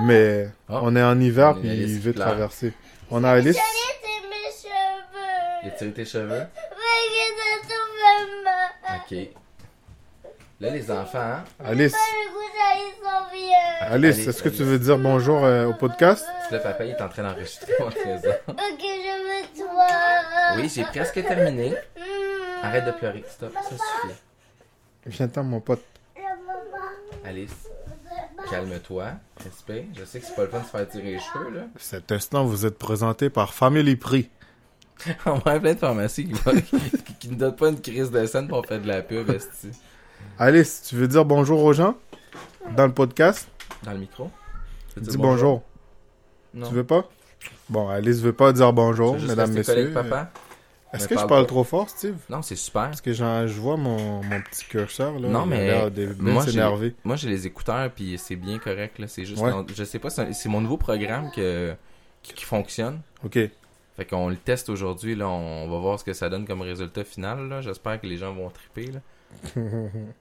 Mais
Oh.
on est en hiver
On est
puis
Alice
il veut
Claire.
traverser. On a Alice.
C'est mes cheveux.
Il a tiré tes cheveux?
Regarde ton maman.
Ok. Là, les enfants, hein?
Alice,
Le cousin, ils sont bien.
Alice,
Alice,
est-ce que tu
Alice.
veux dire bonjour euh, au podcast?
Parce que le papa il est en train d'enregistrer en présent.
Ok, je veux toi.
Oui, j'ai presque terminé.
Mmh.
Arrête de pleurer. Stop, ça suffit.
Viens-t'en, mon pote.
La maman.
Alice, calme-toi. Respect. Je sais que c'est pas le fun de se faire tirer les cheveux, là.
Cet instant vous êtes présenté par Family Prix.
On va appeler de pharmacie qui, va- qui- qui ne donne pas une crise de scène pour faire de la pub, esti.
Alice, tu veux dire bonjour aux gens dans le podcast
Dans le micro? Tu veux
Dis
dire
bonjour.
Non.
Tu veux pas Bon, Alice veut pas dire
Tu
bonjour,
veux juste
mesdames,
rester collé
messieurs.
avec papa?
Est-ce
Mais
que je
parle
parle
pas.
trop fort, Steve
Non, c'est super.
Parce que j'en- je vois mon, mon petit curseur là.
Non,
il a
mais
l'air de bien
moi, j'ai-
s'énerver.
Moi, j'ai les écouteurs, puis c'est bien correct, là. C'est juste...
Ouais.
qu'on- Je sais pas, c'est un- c'est mon nouveau programme que- qui- qui fonctionne.
Ok.
Fait qu'on le teste aujourd'hui, là, on va voir ce que ça donne comme résultat final, là. J'espère que les gens vont triper, là.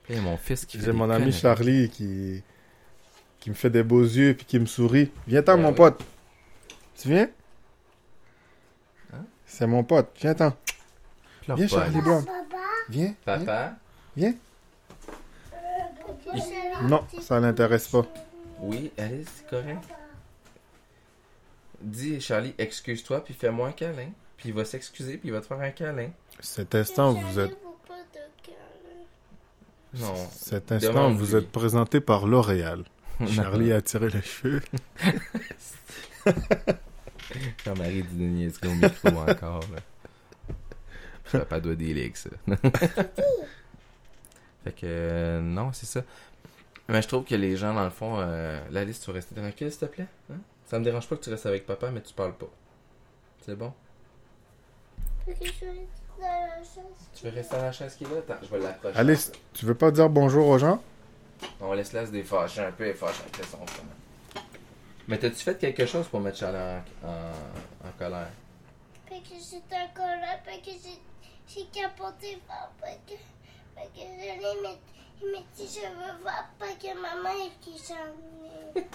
Et mon fils qui
J'ai
fait
mon
des
ami
conneries.
Charlie qui qui me fait des beaux yeux puis qui me sourit. Viens-t'en,
Ben
mon
oui.
pote. Tu viens
Hein?
C'est mon pote. Viens-t'en.
Pleure
Viens,
pas,
Charlie
Alice.
Brown. Viens. viens.
Papa,
Non, ça l'intéresse pas.
oui, Alice, c'est correct. Dis, Charlie, excuse-toi, puis fais-moi un câlin. Puis il va s'excuser, puis il va te faire un câlin.
Cet instant vous êtes
Non.
Cet instant, vous
Demande-lui.
êtes présenté par L'Oréal.
Non.
Charlie a tiré les cheveux.
Jean-Marie dit de niaiserie au micro encore, là. Papa doit des ligues, ça. fait que, euh, non, c'est ça. Mais je trouve que les gens, dans le fond, euh, la liste, tu veux rester tranquille, s'il te plaît? Hein? Ça me dérange pas que tu restes avec papa, mais tu parles pas. C'est bon? Tu veux rester à la chaise qui est là? Attends, je vais l'approcher.
Alice, tu veux pas dire bonjour aux gens
On laisse là se défâcher un peu et fâcher avec son frère. Mais t'as-tu fait quelque chose pour mettre Charles en, en- en colère?
Parce que c'est un colère, parce que j'ai- j'ai capoté fort, parce que, parce que je l'ai mes, mes petits cheveux verts, parce que maman est qui j'en ai.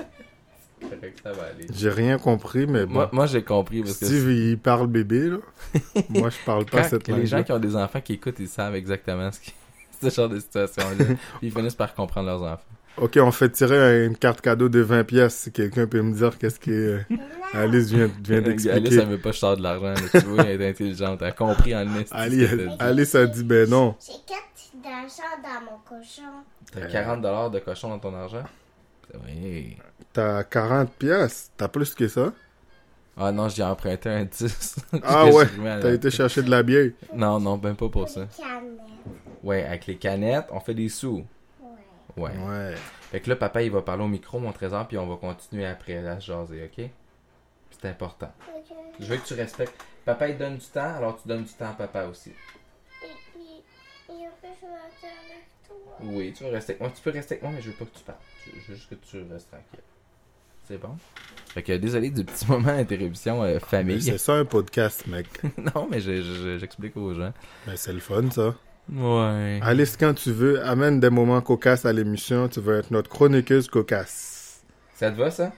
Correct, ça va aller.
J'ai rien compris, mais bon.
Moi, moi j'ai compris parce que
Steve, il parle bébé, là. Moi, je parle pas
Quand
cette
les
langue.
gens qui ont des enfants qui écoutent, ils savent exactement ce, qui... ce genre de situation-là. Puis ils finissent par comprendre leurs enfants.
Ok, on fait tirer une carte cadeau de 20 pièces si quelqu'un peut me dire qu'est-ce que euh, Alice vient, vient
Alice, elle
d'expliquer.
veut pas que je sorte de l'argent. là. Tu vois, elle est intelligente. Elle a compris en est.
Alice, Alice a dit ben non.
J'ai quatre d'argent dans mon cochon.
T'as 40$ de cochon dans ton argent? Oui.
T'as 40 pièces, t'as plus que ça.
Ah non, j'ai emprunté un 10.
Ah
Que j'ai
ouais,
remis à la-
t'as été chercher de la bière.
Non, non, même pas pour ça.
Canette.
Ouais, avec les canettes, on fait des sous.
Ouais.
Ouais.
Ouais.
Fait que là, papa, il va parler au micro, mon trésor, puis on va continuer après à se jaser, ok? C'est important.
Ok.
Je veux que tu respectes. Papa, il donne du temps, alors tu donnes du temps à papa aussi.
Et, et, et en plus, je vais rester avec toi.
Oui, tu veux rester avec moi. Tu peux rester avec moi, mais je veux pas que tu parles. Je je veux juste que tu restes tranquille. C'est bon? Fait que désolé du petit moment d'interruption euh,
Mais
famille.
C'est ça un podcast, mec.
non, mais je- je- je- j'explique aux gens.
Ben, c'est le fun, ça.
Ouais.
Alice, quand tu veux, amène des moments cocasses à l'émission. Tu vas être notre chroniqueuse cocasse.
Ça te va, ça?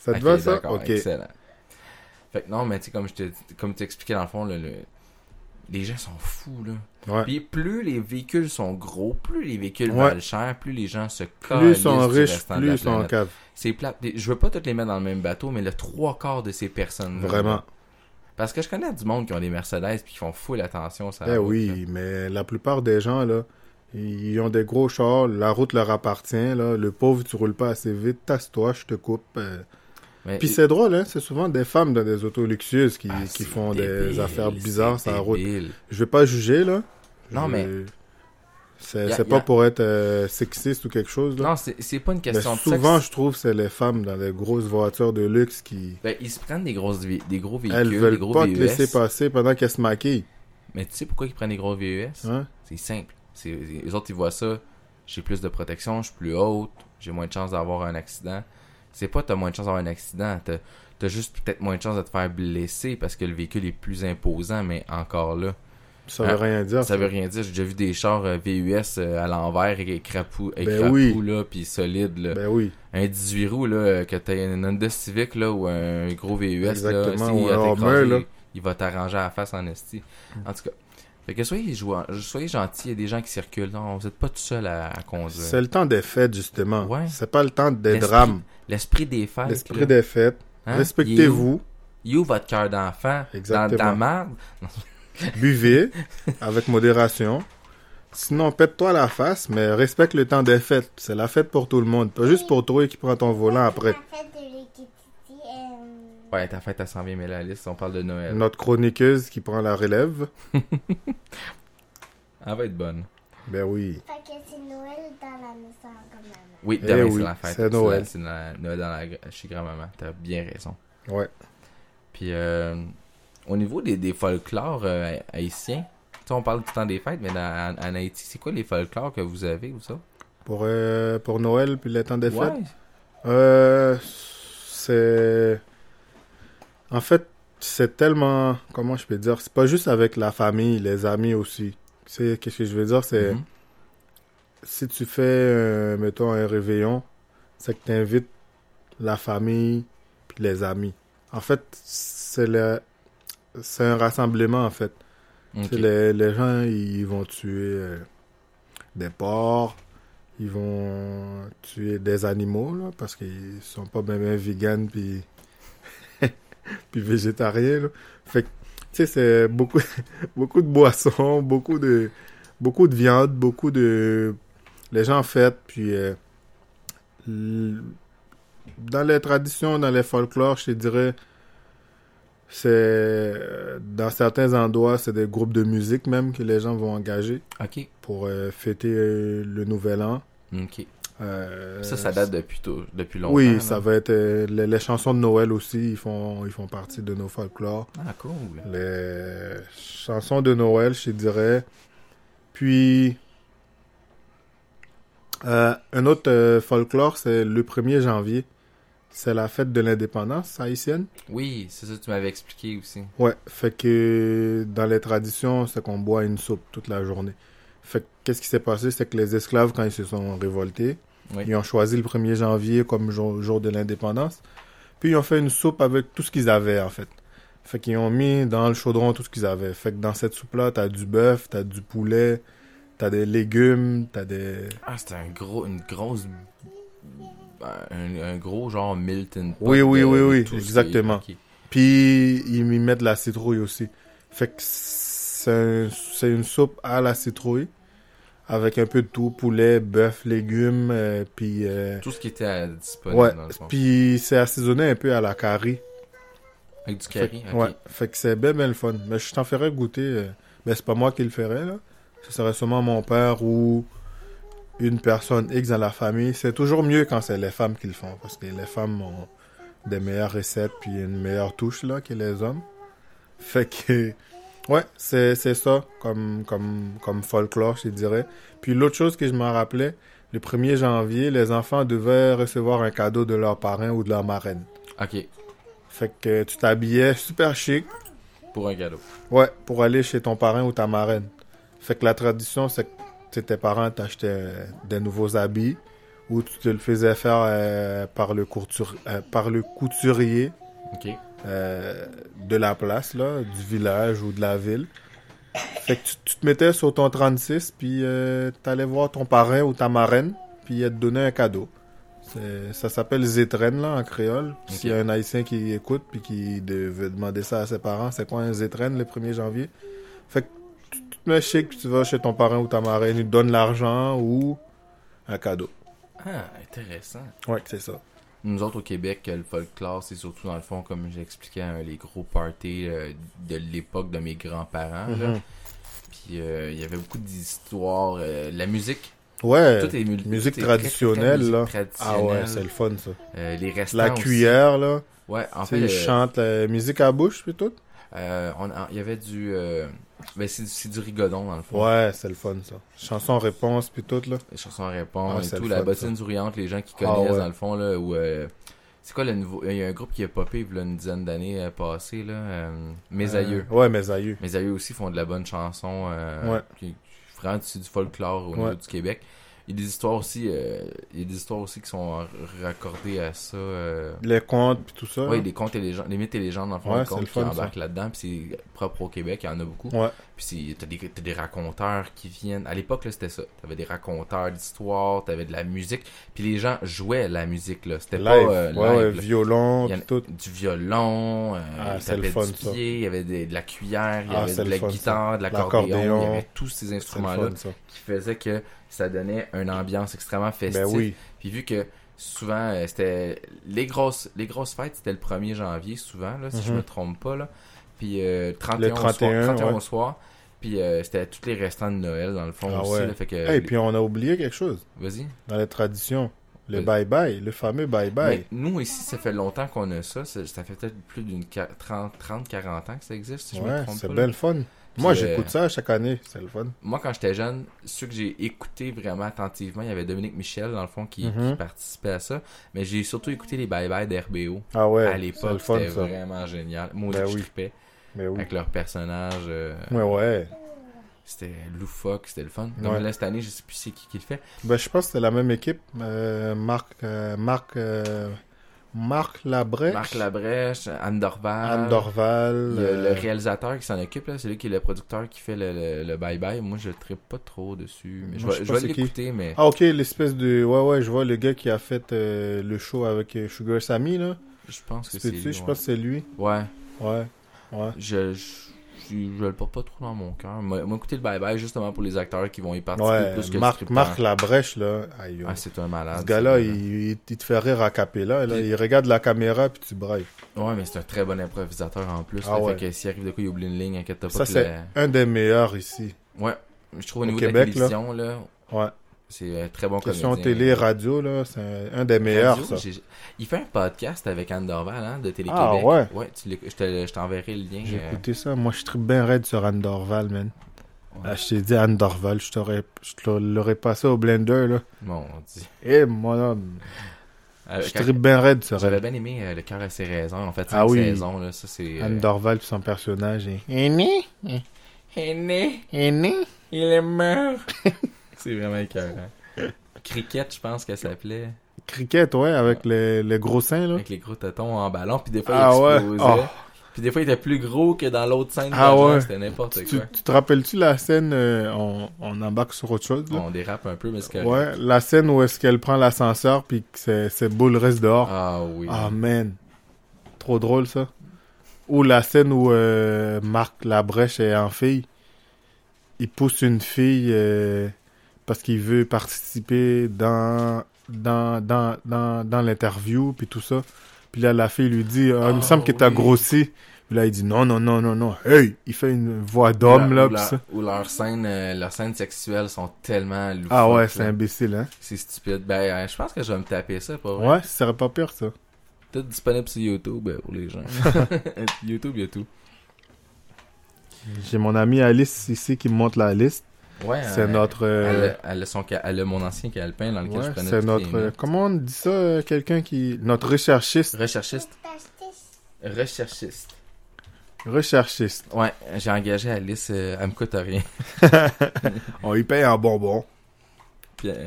Ça te
Ok,
va, ça?
d'accord,
Ok.
Excellent. Fait que non, mais tu sais, comme je te, comme t'expliquais dans le fond, là, le- les gens sont fous, là.
Ouais.
Puis plus les véhicules sont gros, plus les véhicules
Ouais.
valent cher, plus les gens se
Plus ils
collent
sont
du
riches,
restant de
plus
la
ils sont en
planète.
cave.
Mm-hmm. C'est plate. Je veux pas toutes les mettre dans le même bateau, mais le trois quarts de ces personnes
Vraiment.
Parce que je connais du monde qui ont des Mercedes puis qui font full attention ça.
Eh oui, mais la plupart des gens, là, ils ont des gros chars, la route leur appartient, là. Le pauvre, tu roules pas assez vite, tasse-toi, je te coupe. euh. Puis c'est drôle, hein, c'est souvent des femmes dans des autos luxueuses qui,
Ah,
qui font des affaires bizarres sur la route. Je vais pas juger, là.
Non,
Je-
mais-
C'est
Y a-
c'est
y
pas
a-
pour être euh, sexiste ou quelque chose, là.
Non, c'est c'est pas une
mais
question de
souvent,
sexe.
je trouve que c'est les femmes dans des grosses voitures de luxe qui...
Ben, ils se prennent des, grosses vi- des gros véhicules,
Elles
des
veulent
gros
pas
VUS.
te laisser passer pendant qu'elles se maquillent.
Mais tu sais pourquoi ils prennent des gros VUS
Hein?
C'est simple. C'est, les autres, ils voient ça. J'ai plus de protection, je suis plus haute, j'ai moins de chances d'avoir un accident. C'est pas t'as moins de chances d'avoir un accident, t'as, t'as juste peut-être moins de chances de te faire blesser parce que le véhicule est plus imposant, mais encore là.
Ça veut
Hein?
rien dire.
Ça veut rien dire, j'ai déjà vu des chars euh, VUS euh, à l'envers et crapou, et
Ben
crapou,
oui.
là, puis solide, là.
Ben oui,
un 18 roues, là, euh, que t'as une Honda Civic, là, ou un gros VUS, là,
Exactement,
s'il
ou
va
un
t'écraser,
Hummer, là.
il va t'arranger à la face en esti. En tout cas, fait que soyez, jouants- soyez gentils, il y a des gens qui circulent, non, vous êtes pas tout seul à, à conduire.
c'est le temps des fêtes, justement.
Ouais.
C'est pas le temps des
L'esprit-
drames.
L'esprit des fêtes, là,
L'esprit des fêtes.
hein, il est où?
Respectez-vous,
Il est où votre cœur d'enfant? Dans
Exactement.
ta marde?
buvez avec modération. Sinon, pète-toi la face, mais respecte le temps des fêtes. C'est la fête pour tout le monde, pas juste pour toi qui prends ton volant après.
La fête de Ricky Titi, euh,
Ouais, ta fête, elle s'en vient, mais la liste, on parle de Noël.
Notre chroniqueuse qui prend la relève,
Elle va être bonne.
ben oui.
fait que c'est Noël dans la maison comme maman.
Oui,
Eh
demain, c'est
oui,
la fête.
c'est Noël.
C'est la- Noël dans la, chez grand-maman, t'as bien raison.
Ouais.
Puis euh, au niveau des, des folklores euh, haïtiens, tu sais, on parle du temps des fêtes, mais dans- en, en Haïti, c'est quoi les folklores que vous avez ou ça?
Pour, euh, pour Noël, puis le temps des fêtes.
Ouais.
Euh, c'est. En fait, c'est tellement. Comment je peux dire C'est pas juste avec la famille, les amis aussi. C'est qu'est-ce que je veux dire C'est
Mhm.
si tu fais, euh, mettons, un réveillon, c'est que tu invites la famille puis les amis. En fait, c'est le. C'est un rassemblement, en fait.
Ok.
Tu sais, Les, les gens, ils vont tuer euh, des porcs, ils vont tuer des animaux, là, parce qu'ils sont pas même vegan puis, puis végétariens. là. Fait que, tu sais, c'est beaucoup, beaucoup de boissons, beaucoup de, beaucoup de viande, beaucoup de... Les gens fêtent, puis... euh, l- dans les traditions, dans les folklores, je te dirais, c'est euh, dans certains endroits, c'est des groupes de musique même que les gens vont engager
Ok.
pour euh, fêter euh, le nouvel an.
Ok.
Euh,
Ça, ça date depuis, tôt- depuis longtemps.
Oui,
là.
ça va être euh, les, les chansons de Noël aussi, ils font ils font partie de nos folklores.
Ah, cool.
Les chansons de Noël, je te dirais. Puis euh, un autre euh, folklore, c'est le 1er janvier. C'est la fête de l'indépendance haïtienne.
Oui, c'est ça, tu m'avais expliqué aussi.
Ouais, fait que dans les traditions, c'est qu'on boit une soupe toute la journée. Fait que qu'est-ce qui s'est passé, c'est que les esclaves, quand ils se sont révoltés,
Oui.
ils ont choisi le 1er janvier comme jour, jour de l'indépendance. Puis ils ont fait une soupe avec tout ce qu'ils avaient, en fait. Fait qu'ils ont mis dans le chaudron tout ce qu'ils avaient. Fait que dans cette soupe-là, t'as du bœuf, t'as du poulet, t'as des légumes, t'as des...
Ah, c'était un gros, une grosse. ben, Un, un gros genre Milton. Pot
Oui, oui,
de-
oui,
de
oui,
tout ce qui-
exactement.
ok.
Puis ils y mettent de la citrouille aussi. Fait que c'est un- c'est une soupe à la citrouille avec un peu de tout, poulet, bœuf, légumes, euh, puis euh,
Tout ce qui était euh, disponible
ouais,
dans le fond.
puis c'est assaisonné un peu à la carie.
Avec du
Fait,
curry.
que-
ok.
Ouais, fait que c'est bien, bien le fun. Mais je t'en ferais goûter. euh, Mais c'est pas moi qui le ferais, là. Ce serait sûrement mon père ou une personne X dans la famille. C'est toujours mieux quand c'est les femmes qui le font. Parce que les femmes ont des meilleures recettes puis une meilleure touche, là, que les hommes. Fait que... Ouais, c'est c'est ça, comme, comme, comme folklore, je dirais. Puis l'autre chose que je m'en rappelais, le 1er janvier, les enfants devaient recevoir un cadeau de leur parrain ou de leur marraine.
Ok,
Fait que tu t'habillais super chic,
pour un cadeau.
Ouais, pour aller chez ton parrain ou ta marraine. Fait que la tradition, c'est que tu sais, tes parents t'achetaient euh, des nouveaux habits ou tu te le faisais faire euh, par, le courtur- euh, par le couturier
Ok.
euh, de la place, là, du village ou de la ville. Fait que tu, tu te mettais sur ton 36, puis euh, t'allais voir ton parrain ou ta marraine, puis elle te donnait un cadeau. C'est- Ça s'appelle Zétren, là, en créole. Puis S'il y a un Haïtien qui écoute puis qui de- veut demander ça à ses parents, c'est quoi un Zétren le 1er janvier? Fait que tu tu te mets chic, puis tu vas chez ton parrain ou ta marraine, ils te donnent l'argent ou un cadeau.
Ah, intéressant.
Ouais, c'est ça.
Nous autres au Québec, euh, le folklore, c'est surtout dans le fond, comme j'expliquais, hein, les gros parties euh, de l'époque de mes grands-parents. Ah, là.
Mhm.
Puis euh, il y avait beaucoup d'histoires. euh, la musique,
Ouais,
tout est mul-
Euh, musique
tout est très,
traditionnelle,
très
là.
musique
Ah ouais, c'est
traditionnelle.
le fun, ça.
Euh, les restants
La
aussi.
cuillère, là.
Ouais, en
tu
fait,
sais, ils
euh,
chantent la musique à la bouche, puis tout.
euh, on- en- il y avait du... euh, ben, c'est c'est du rigodon, dans le fond.
Ouais, c'est le fun, ça. Chanson-réponse, puis tout, là.
Les chansons à répondre
Ah,
et
c'est
tout.
le
La
fun,
bottine souriante, les gens qui
Ah,
connaissent,
ouais.
dans le fond, là, où... euh, c'est quoi le nouveau... Il y a un groupe qui a popé, là, une dizaine d'années euh, passées, là. euh, Mes
Euh,
aïeux.
Ouais, mes aïeux.
Mes aïeux aussi font de la bonne chanson. euh,
Ouais.
qui- Vraiment, c'est du folklore au niveau
Ouais.
du Québec. Il y a des histoires aussi, euh, il y a des histoires aussi qui sont raccordées à ça. euh,
Les contes, puis tout ça.
Ouais,
là.
les contes et légendes, les mythes et légendes, dans le fond,
Ouais,
les
c'est
contes
le
qui
fun, ça.
embarquent là-dedans, puis c'est propre au Québec, il y en a beaucoup.
Ouais.
Puis c'est- t'as des, t'as des raconteurs qui viennent. À l'époque, là, c'était ça. T'avais des raconteurs d'histoires, t'avais de la musique, puis les gens jouaient la musique, là. C'était
Live,
pas euh,
ouais, ouais,
live, là.
violon,
Il y en a-
pis tout.
du violon, euh,
Ah,
il
c'est le
tapait
fun,
du
ça.
pied, il y avait des- de la cuillère, il y
Ah,
avait
c'est
de
le
la
fun, ça.
guitare, de l'accordéon, il y
L'accordéon,
avait tous ces
C'est le
instruments-là
fun, ça.
qui faisaient que ça donnait une ambiance extrêmement festive.
Ben oui.
Puis vu que souvent euh, c'était les grosses les grosses fêtes, c'était le 1er janvier souvent là, si je
Mhm.
me trompe pas là. Puis euh, 31,
Le 31,
au soir, 31 au
ouais.
soir. Puis euh, c'était tous les restants de Noël dans le fond
Ah
aussi
ouais.
là, fait que
Et puis on a oublié quelque chose
vas-y.
dans les traditions. Le
Euh,
bye-bye, le fameux
Mais
bye-bye.
nous ici ça fait longtemps qu'on a ça, ça, ça fait peut-être plus d'une qua- 30 30 40 ans que ça existe si je me
ouais,
trompe
c'est
pas. là.
bien le fun. Moi,
euh,
j'écoute ça chaque année, c'est le fun.
Moi quand j'étais jeune, ceux que j'ai écouté vraiment attentivement, il y avait Dominique Michel dans le fond qui,
Mhm.
qui participait à ça, mais j'ai surtout écouté les bye bye d'RBO.
Ah ouais,
à
c'est le
l'époque,
fun,
c'était
ça.
vraiment génial. Moi aussi,
Ben
je
oui.
trippais
Mais oui.
avec leurs personnages. euh,
Ouais, ouais.
C'était loufoque, c'était le fun. Donc
Ouais.
là, cette année, je sais plus c'est qui qui le fait.
Ben, je pense que c'est la même équipe. Euh, Marc, euh, Marc, euh, Marc Labrèche,
Marc Labrèche, Anne Dorval.
Anne Dorval.
Ah, Le,
euh,
le réalisateur qui s'en occupe, là, c'est lui qui est le producteur qui fait le- le le bye-bye. Moi, je trippe pas trop dessus. Mais je
Moi,
vais,
je sais
je
pas
vais
c'est qui.
l'écouter, mais.
Ah, ok, l'espèce de. Ouais, ouais, je vois le gars qui a fait euh, le show avec euh, Sugar Sammy, là.
Je pense que c'est.
C'est
lui,
je
ouais.
pense que c'est lui.
Ouais.
Ouais. Ouais.
Je. je... Je, je le porte pas trop dans mon cœur. Moi, moi, écouter le bye-bye justement pour les acteurs qui vont y participer plus que
Ouais,
le
Marc,
scripteur.
Marc Labrèche, là. Aïe,
Ah, c'est un malade.
ce
c'est
gars-là,
vrai.
il, il- il te fait rire à capella. Là.
Puis-
Il regarde la caméra, puis tu brailles.
Ouais, mais c'est un très bon improvisateur en plus.
Ah
là,
ouais.
Fait que s'il arrive de quoi, il oublie une ligne, inquiète pas.
Ça,
que
c'est
le-
un des meilleurs ici.
Ouais, je trouve au
Au
niveau de la
Québec, là.
télévision, là,
Ouais.
c'est un très bon
Question
comédien.
télé, radio, là, c'est un, un des meilleurs,
Radio,
ça.
j'ai- Il fait un podcast avec Anne Dorval, hein, de Télé-Québec.
Ah ouais.
Ouais, tu l'éc- je te- je t'enverrai le lien.
J'ai
euh,
écouté ça. Moi, je suis bien raide sur Anne Dorval, man.
Ouais.
Ah, je t'ai dit Anne Dorval, je t'aurais- je te l'aurais passé au blender, là.
Mon dieu.
Eh, mon homme.
Euh,
Je
quand-
suis bien raide sur
J'avais
elle.
bien aimé euh, Le cœur à ses raisons. En fait,
Ah
cinq
oui.
saisons, là, ça c'est... euh,
Anne Dorval, puis son personnage. hein. Et... Aîné,
Aîné,
aîné.
il est mort. c'est vraiment écœurant. Cricket, je pense qu'elle s'appelait.
Cricket, ouais, avec les, les gros seins, là.
Avec les gros tétons en ballon, puis des fois
Ah
il
ouais.
explosait.
Oh.
Puis des fois il était plus gros que dans l'autre scène.
Ah
d'avant,
ouais.
C'était n'importe
Tu,
quoi.
tu te rappelles-tu la scène, euh, on, on embarque sur autre chose, là?
On dérape un peu, mais c'est correct.
Ouais, la scène où est-ce qu'elle prend l'ascenseur puis que c'est c'est beau le reste dehors.
Ah oui.
Ah man, trop drôle ça. Ou la scène où euh, Marc Labrèche est en fille, il pousse une fille euh, parce qu'il veut participer dans dans dans dans, dans l'interview puis tout ça. Puis là la fille lui dit Ah, il me
Ah,
semble que t'as
oui.
grossi. Puis là il dit non non non non non. Hey, il fait une voix d'homme
Ou
là.
leur-
puis ça.
Ou leurs scènes, euh, leurs scènes sexuelles sont tellement loufoques.
Ah ouais, c'est
là.
imbécile hein.
C'est stupide. Ben, euh, je pense que je vais me taper ça, pas vrai.
Ouais, ça serait pas pire ça.
Tout disponible sur YouTube euh, pour les gens. YouTube, il y a tout.
J'ai mon ami Alice ici qui me montre la liste.
Ouais.
C'est
euh,
notre. euh,
Elle, elle a son, ca- elle a mon ancien calepin dans lequel
ouais,
je prenais
c'est
toutes
notre.
les
euh,
notes.
Comment on dit ça euh, Quelqu'un qui. Notre recherchiste.
Recherchiste. Recherchiste.
Recherchiste.
Ouais, j'ai engagé Alice, euh, elle me coûte rien.
On lui paye un bonbon.
Puis, euh,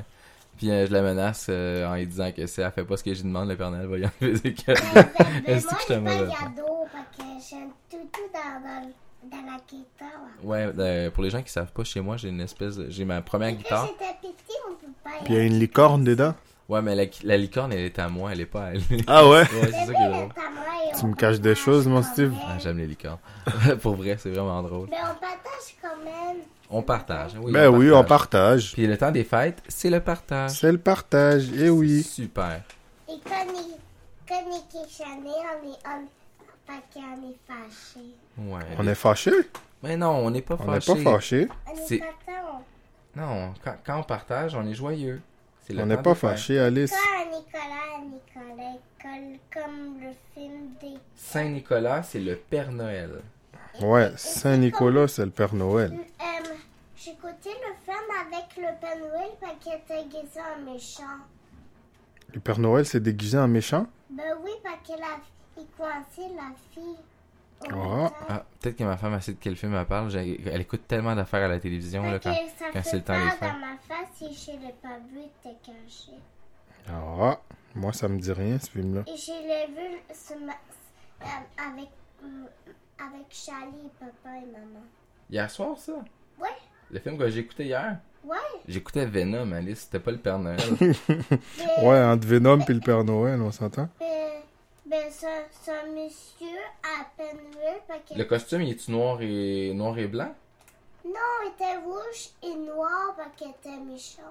puis euh, je la menace euh, en lui disant que si elle fait pas ce que je lui demande, le Père Noël va y enlever ses cadeaux. Est-ce que je te
Moi, j'ai
mets
pas de
là?
cadeau parce que j'ai tout, tout dans, dans, dans la guitare.
Ouais, euh, pour les gens qui savent pas, chez moi, j'ai une espèce de- J'ai ma première
Quand
guitare.
j'étais petit, mon papa,
Puis il y a une licorne dedans.
Ouais, mais la, la licorne, elle est à moi, elle est pas à lui.
Ah ouais?
Ouais, c'est ça qui est drôle.
Tu me caches des choses, mon Steve.
Ah, j'aime les licornes. Pour vrai, c'est vraiment drôle.
Mais on partage quand même.
On partage. Oui,
ben oui, on
partage.
partage.
Puis le temps des fêtes, c'est le partage.
C'est le partage, eh oui.
Super.
Et quand il, quand il est questionné, on est, on, parce qu'on est fâché.
Ouais.
On est fâché?
Mais non, on n'est pas
On n'est
fâché.
pas fâché.
On
C'est-
est content.
Non, quand, quand on partage, on est joyeux. C'est le
On
temps
n'est pas
des fêtes.
fâché, Alice.
Quand Nicolas, Nicolas, colle comme le film des...
Saint-Nicolas, c'est le Père Noël.
Ouais, Saint-Nicolas, c'est le Père Noël.
Euh, J'écoutais le film avec le Père Noël parce qu'il était guisé en méchant.
Le Père Noël s'est déguisé en méchant?
Ben oui, parce qu'il a il coinçait la fille. au
Ah.
matin.
Ah, peut-être que ma femme, elle sait de quel film elle parle. J'ai- Elle écoute tellement d'affaires à la télévision. Là,
Fait
quand...
que ça
quand
fait
c'est le temps des
peur
fêtes.
dans ma face et je l'ai pas vu, il était caché.
Ah, moi, ça me dit rien, ce film-là.
Et je l'ai vu ce ma- euh, avec, euh, avec Charlie, papa et maman.
Hier soir, ça?
Ouais.
Le film que j'ai écouté hier?
Ouais.
J'écoutais Venom, Alice. C'était pas le Père Noël.
Mais-
Ouais, entre Venom et le Père Noël, on s'entend?
mais- mais Ben, ce, ce monsieur à peine vu parce que...
le costume, il est-tu noir et... noir et blanc?
Non, il était rouge et noir parce qu'il était méchant.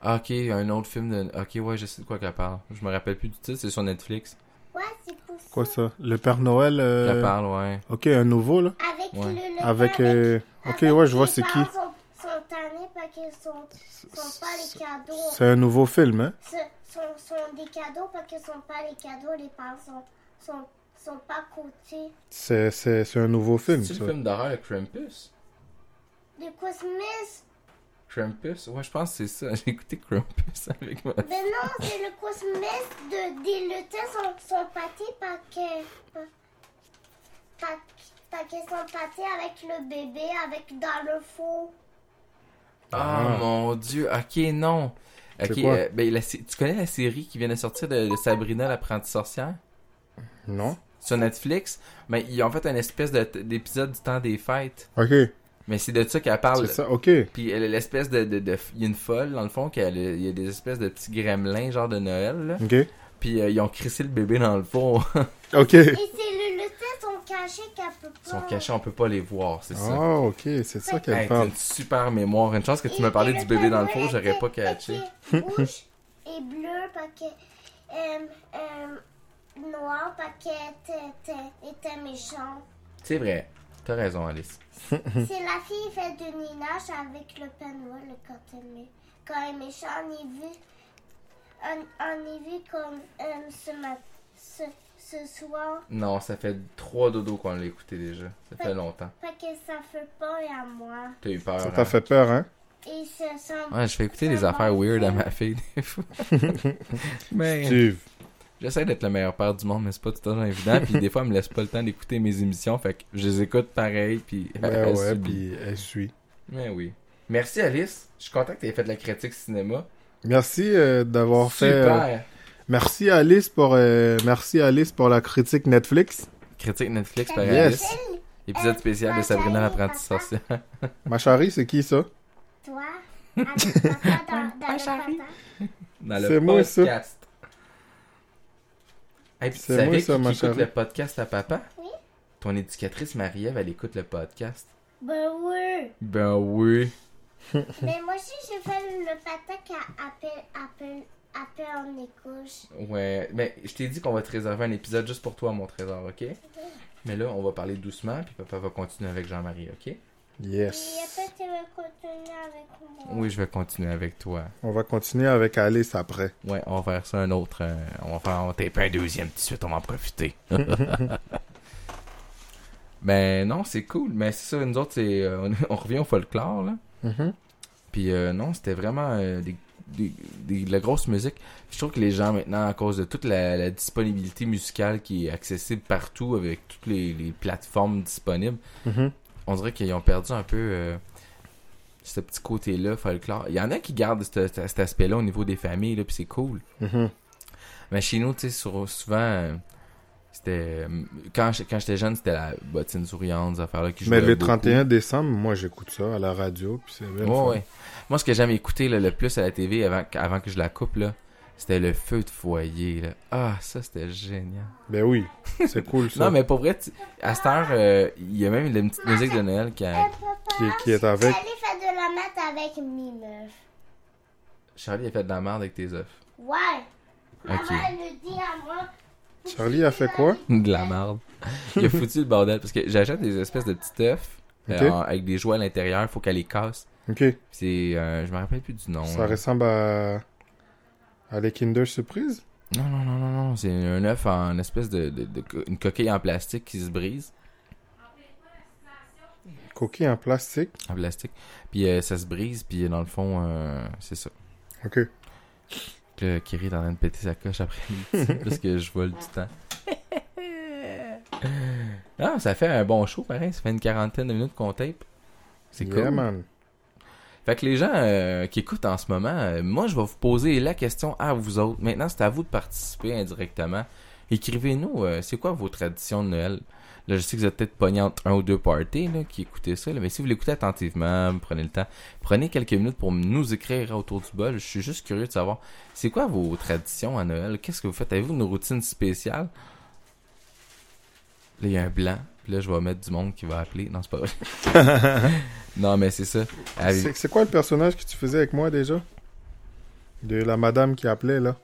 Ah, ok, un autre film de. Ok, ouais, je sais de quoi qu'elle parle. Je me rappelle plus du titre, c'est sur Netflix.
Ouais, c'est pour ça.
Quoi, ça? Le Père Noël... euh,
Elle parle, ouais.
Ok, un nouveau, là?
Avec
Ouais.
le, le
Avec...
père-
euh, Ok,
avec
ouais, je vois
les
c'est qui.
parents sont, sont tannés parce qu'ils sont, sont pas les cadeaux.
C'est un nouveau film, hein?
Ce sont, sont des cadeaux parce qu'ils sont pas les cadeaux. Les parents sont, sont, sont pas cotés.
C'est- C'est c'est un nouveau film,
C'est
ça.
le film d'horreur, le Krampus?
De Christmas.
Krampus? Ouais, je pense que c'est ça. J'ai écouté Krampus avec moi.
Mais ben non, c'est le Christmas de des lutins sont, sont pâtés parce que. parce- Parce qu'ils sont pâtés avec le bébé, avec dans le four.
Ah,
Ah.
mon dieu, ok, non. Ok,
C'est quoi?
euh, ben, la sé- tu connais la série qui vient de sortir de, de Sabrina l'apprentie sorcière?
Non?
Sur Netflix? Mais ils ont fait une espèce de t- d'épisode du temps des fêtes.
Ok,
Mais c'est de ça qu'elle parle.
c'est ça, ok.
Puis elle a l'espèce de, de, de- Il y a une folle, dans le fond, qu'elle a- il y a des espèces de petits gremlins, genre de Noël, là.
Ok.
Puis euh, ils ont crissé le bébé dans le fond.
Ok.
Et c'est le lutin sont cachés qu'elle peut pas.
Ils sont cachés, on peut pas les voir, c'est ça.
Ah, ok, c'est ça
Hey, t'as
qu'elle parle.
une super mémoire. Une chance que tu me parlais du bébé dans le fond, j'aurais pas catché.
Rouge et bleu parce que. Euh, euh, noir parce qu'elle était méchant.
C'est vrai. T'as raison, Alice. Mhm.
C'est la fille qui fait du ninage avec le Père Noël quand elle est, mé- quand elle est méchant. On y vu, on, on y vu comme euh, ce, mat- ce, ce soir
Non, ça fait trois dodos qu'on l'a écouté déjà. Ça fait longtemps.
parce que ça fait peur à moi.
T'as eu peur.
Ça
hein?
t'a fait peur, hein?
Et se sent
Ouais, je fais écouter des affaires weird à ma fille des fois. mais
Steve.
j'essaie d'être le meilleur père du monde, mais c'est pas tout le temps évident. Puis des fois, elle me laisse pas le temps d'écouter mes émissions, fait que je les écoute pareil. Puis
Ben
Eh elle
ouais,
subit.
puis elle suit.
Mais oui. Merci Alice. Je suis content que t'aies fait de la critique cinéma.
Merci euh, d'avoir fait. euh,
Super.
merci Alice pour euh, merci Alice pour la critique Netflix.
Critique Netflix par
Yes.
Alice. Épisode spécial de Sabrina l'apprentie sorcière.
Ma chérie, c'est qui ça
toi avec papa dans, dans le
Charlie.
papa.
dans le
C'est moi, ça.
podcast. Hey, puis tu
C'est
savais
moi,
qui,
ça,
qui
ma
écoute
chérie.
le podcast à papa?
Oui.
Ton éducatrice Marie-Ève, elle écoute le podcast.
Ben oui.
Ben oui.
Mais moi aussi, je fais le patac à appel, appel, appel en écouche.
Ouais, mais je t'ai dit qu'on va te réserver un épisode juste pour toi, mon trésor, ok? Mais là, on va parler doucement, puis papa va continuer avec Jean-Marie, ok?
Et
Yes.
après, tu vas continuer avec moi.
Oui, je vais continuer avec toi.
On va continuer avec Alice après.
Ouais, on va faire ça un autre. euh, on va faire on va taper un deuxième tout de suite, on va en profiter. ben non, c'est cool. Mais c'est ça, nous autres, c'est, euh, on, on revient au folklore, là.
Mhm.
Puis euh, non, c'était vraiment euh, des, des- des- de la grosse musique. Je trouve que les gens maintenant, à cause de toute la, la disponibilité musicale qui est accessible partout avec toutes les, les plateformes disponibles,
Mhm.
on dirait qu'ils ont perdu un peu euh, ce petit côté-là, folklore. Il y en a qui gardent ce- ce- cet aspect-là au niveau des familles, là, puis c'est cool.
Mhm.
Mais chez nous, tu sais, sur- souvent, euh, c'était. euh, Quand j'- quand j'étais jeune, c'était la bottine souriante, ces affaires-là qui
Mais
jouaient
le
beaucoup.
31 décembre, moi j'écoute ça à la radio puis c'est bien. le
Ouais,
fun.
ouais. Moi, ce que j'aime écouter là, le plus à la TV avant, que- avant que je la coupe, là, C'était le feu de foyer, là. Ah, ça, c'était génial.
Ben oui, c'est cool ça.
Non, mais pour vrai, tu- à cette heure, euh, il y a même une petite musique de Noël qui a...
Euh, papa,
qui, qui est avec.
J'allais faire de la maths avec mes meufs.
Charlie a fait de la merde avec tes œufs.
Ouais. Maman,
Ok.
elle le dit à moi.
Charlie a fait quoi
De la merde. Il a foutu le bordel. Parce que j'achète des espèces de petits œufs euh,
Ok.
en- avec des jouets à l'intérieur. Faut qu'elle les casse.
Ok,
C'est. euh, je me rappelle plus du nom.
ça
là.
ressemble à. à les Kinder Surprise
Non, non, non, non, non. C'est un œuf en espèce de, de- de co- Une coquille en plastique qui se brise.
Coquille en plastique.
En plastique. Puis euh, ça se brise. Puis dans le fond, euh, c'est ça.
Ok.
Le Kiri est en train de péter sa coche après midi parce que je vole du temps. Ah, ça fait un bon show, pareil. Ça fait une quarantaine de minutes qu'on tape. C'est
Yeah,
cool.
man.
Fait que les gens euh, qui écoutent en ce moment, euh, moi, je vais vous poser la question à vous autres. Maintenant, c'est à vous de participer indirectement. Écrivez-nous, euh, c'est quoi vos traditions de Noël? Là, je sais que vous êtes peut-être pogné entre un ou deux parties là, qui écoutez ça, là, mais si vous l'écoutez attentivement, prenez le temps, prenez quelques minutes pour nous écrire autour du bol. Je suis juste curieux de savoir, c'est quoi vos traditions à Noël? Qu'est-ce que vous faites? Avez-vous une routine spéciale? Là, il y a un blanc. Puis là, je vais mettre du monde qui va appeler. Non, c'est pas vrai. non, mais c'est ça. Avez-
C'est c'est quoi le personnage que tu faisais avec moi déjà De la madame qui appelait là.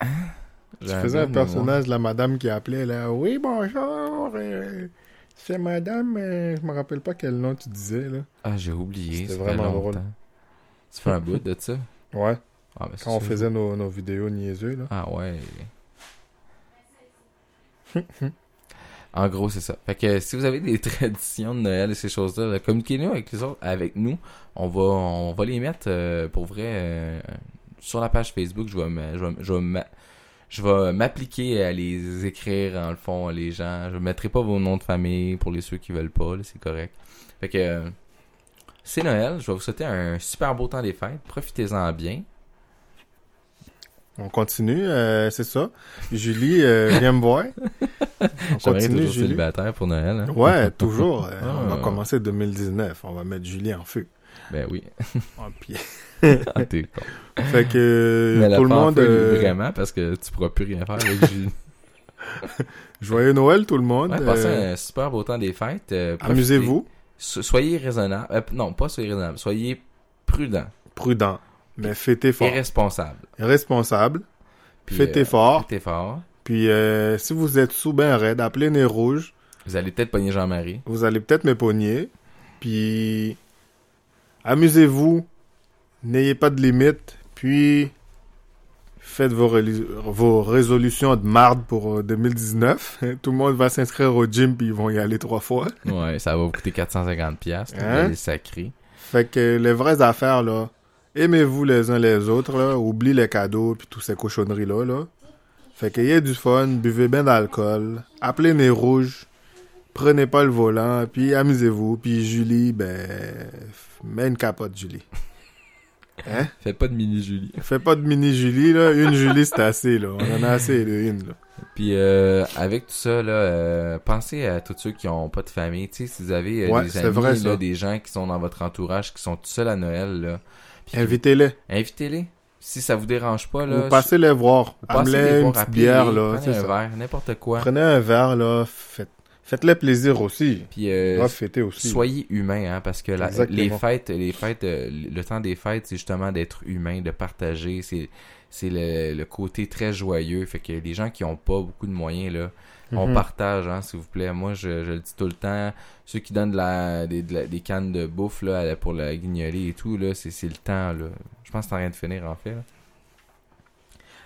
Tu
J'ai
faisais un
blanc de mémoire.
personnage de la madame qui appelait là. Oui, bonjour. euh, c'est madame. euh, je me rappelle pas quel nom tu disais là.
Ah, j'ai oublié.
C'était
C'était
vraiment
vraiment
drôle.
Tu fais un bout de ça?
Ouais,
Ah, ben, c'est
quand on
ça.
faisait nos, nos vidéos niaiseux là.
Ah, ouais. en gros, c'est ça. Fait que si vous avez des traditions de Noël et ces choses-là, là, communiquez-nous avec les autres, avec nous. On va, on va les mettre euh, pour vrai euh, sur la page Facebook. Je vais, me- je vais, je vais m'a- je vais m'appliquer à les écrire, en le fond, les gens. Je mettrai pas vos noms de famille pour les ceux qui veulent pas, là, c'est correct. Fait que euh, c'est Noël. Je vais vous souhaiter un super beau temps des fêtes. Profitez-en bien.
On continue, euh, c'est ça. Julie, euh, viens me voir. On
J'aimerais
continue,
toujours
Julie.
célibataire pour Noël. hein.
Ouais, toujours. euh,
Ah.
On a commencé 2019. On va mettre Julie en feu.
Ben oui.
Ah, puis-
Ah, t'es con.
fait que
Mais la
tout le monde,
fanfare,
euh,
vraiment, parce que tu pourras plus rien faire avec Julie.
joyeux Noël tout le monde.
Ouais,
euh,
passez un super beau temps des fêtes. euh, profitez.
Amusez-vous,
So- soyez raisonnable. Euh, non, pas soyez raisonnable. Soyez prudent
prudent, mais fêtez
et
fort,
responsable.
responsable.
Puis,
fêtez
euh,
fort.
Faites fort.
Puis euh, si vous êtes sous ben raide, appelez nez rouge.
Vous allez peut-être pogner Jean-Marie.
vous allez peut-être me pogner. Puis amusez-vous, n'ayez pas de limites, puis faites vos, réli- vos résolutions de marde pour euh, 2019. Tout le monde va s'inscrire au gym puis ils vont y aller trois fois.
Ouais, ça va vous coûter 450$. piastres, Vous
Hein?
allez sacrer.
Fait que les vraies affaires là, aimez-vous les uns les autres là, oublie les cadeaux puis toutes ces cochonneries là là. Fait que ayez du fun, buvez bien d'alcool, appelez nez rouge, prenez pas le volant, puis amusez-vous, puis Julie ben f- mets une capote Julie. Hein?
Faites pas de mini-Julie.
Fais pas de mini Julie là, une Julie c'est assez là, on en a assez de une là.
Puis euh, avec tout ça, là, euh, pensez à tous ceux qui ont pas de famille. Tu sais, si vous avez euh,
Ouais,
des
c'est
amis,
vrai,
là,
ça.
des gens qui sont dans votre entourage, qui sont tout seuls à Noël, là, puis
Invitez-les
invitez-les. Si ça vous dérange pas, là,
ou passez les voir,
vous passez les
amenez une
voir,
petite
appelez-les,
bière là,
prenez
c'est
un
ça.
verre, n'importe quoi.
Prenez un verre là, faites faites-les plaisir aussi.
Puis euh,
Ah, fêtez aussi.
soyez humain, hein, parce que la-
Exactement.
les fêtes, les fêtes, euh, le temps des fêtes, c'est justement d'être humain, de partager. C'est c'est le, le côté très joyeux. Fait que les gens qui ont pas beaucoup de moyens là, on
Mhm.
partage, hein, s'il vous plaît. Moi, je, je le dis tout le temps. Ceux qui donnent de la, des, de la- des cannes de bouffe là à la- pour la guignolée et tout là, c'est c'est le temps là. Je pense que c'est en train de finir en fait. là.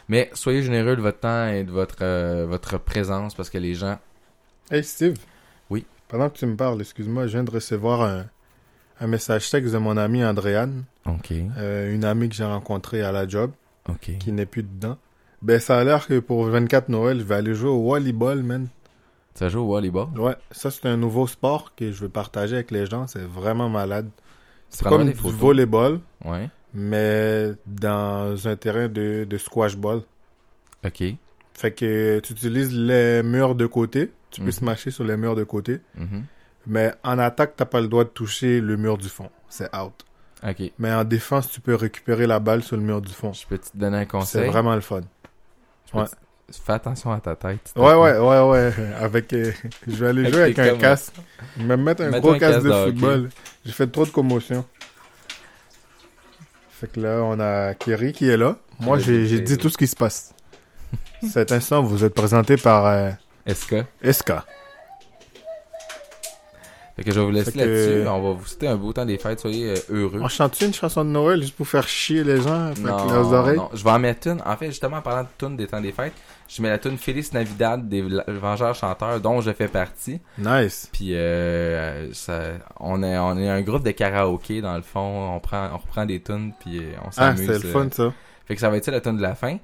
Mais soyez généreux de votre temps et de votre euh, votre présence parce que les gens
Hey Steve.
Oui.
Pendant que tu me parles, excuse-moi, je viens de recevoir un, un message texte de mon ami Andréane,
Ok,
euh, une amie que j'ai rencontrée à la job,
ok.
qui n'est plus dedans. Ben, ça a l'air que pour 24 Noël, je vais aller jouer au volleyball, man.
Ça joue au volleyball.
Ouais, ça, c'est un nouveau sport que je veux partager avec les gens. C'est vraiment malade. C'est
Prends-moi
comme
des
du
photos.
volleyball,
Ouais.
mais dans un terrain de, de squash ball.
Ok.
Fait que tu utilises les murs de côté. Tu peux
Mhm.
se marcher sur les murs de côté.
Mhm.
Mais en attaque, t'as pas le droit de toucher le mur du fond. C'est out.
Ok.
Mais en défense, tu peux récupérer la balle sur le mur du fond.
Je peux te donner un
C'est
conseil.
vraiment le fun.
Je peux
ouais.
te- Fais attention à ta tête.
Ouais, ouais, ouais, ouais. Avec, euh, je vais aller
Avec
jouer avec
tes
un
commandes.
casque. Je vais me mettre un
Mets-toi
gros
un
casque
casque
de
de hockey.
football. J'ai fait trop de commotion. Fait que là, on a Kerry qui est là. Moi,
Oui,
j'ai j'ai
c'est-
dit tout ce qui se passe. Cet instant, vous êtes présenté par euh,
Est-ce que.
SK.
Fait que je vais vous laisser
Fait que- Oh,
là-dessus. On va vous souhaiter un beau temps des fêtes. Soyez euh, heureux.
On chante une chanson de Noël juste pour faire chier les gens avec
Non,
leurs oreilles?
non. Je vais en mettre une. En fait, justement, en parlant de tune des temps des fêtes, je mets la tune Félix Navidad des La- Vengeurs Chanteurs, dont je fais partie.
Nice.
Puis, euh, ça- on, est, on est un groupe de karaoké, dans le fond. On, prend, on reprend des tunes, puis euh, on
Ah,
s'amuse.
c'est le
euh.
fun, ça.
Fait que ça va être ça la tune de la fin.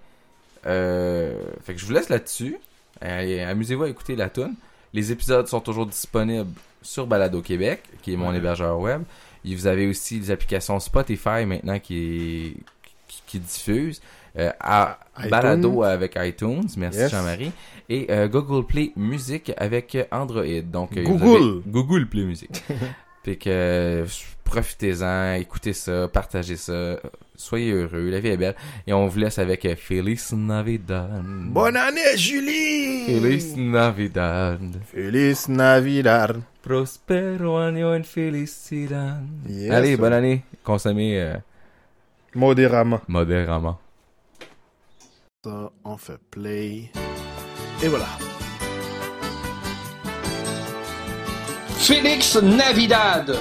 Euh, fait que je vous laisse là-dessus. Allez, Amusez-vous à écouter la tune. Les épisodes sont toujours disponibles sur Balado Québec, qui est mon hébergeur web. Et vous avez aussi les applications Spotify maintenant qui, qui, qui diffusent. Euh, à-
iTunes.
Balado avec iTunes, merci
Yes.
Jean-Marie. Et euh, Google Play Music avec Android. Donc, euh, vous
Google.
avez Google Play Music. Fait que euh, profitez-en, écoutez ça, partagez ça, soyez heureux, la vie est belle. Et on vous laisse avec euh, Feliz Navidad.
Bonne année, Julie!
Feliz Navidad.
Feliz Navidad.
Prospero año en felicidad.
Yes.
Allez, bonne année. Consommez euh,
Modérément.
modérément.
Ça, on fait play. Et voilà.
Félix Navidad.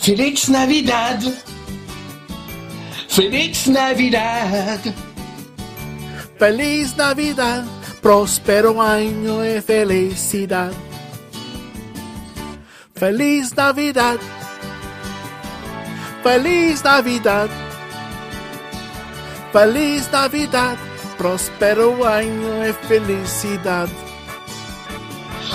Félix Navidad. Félix Navidad.
Feliz Navidad, próspero año de felicidad. Feliz Navidad, feliz Navidad, feliz Navidad, próspero año de felicidad.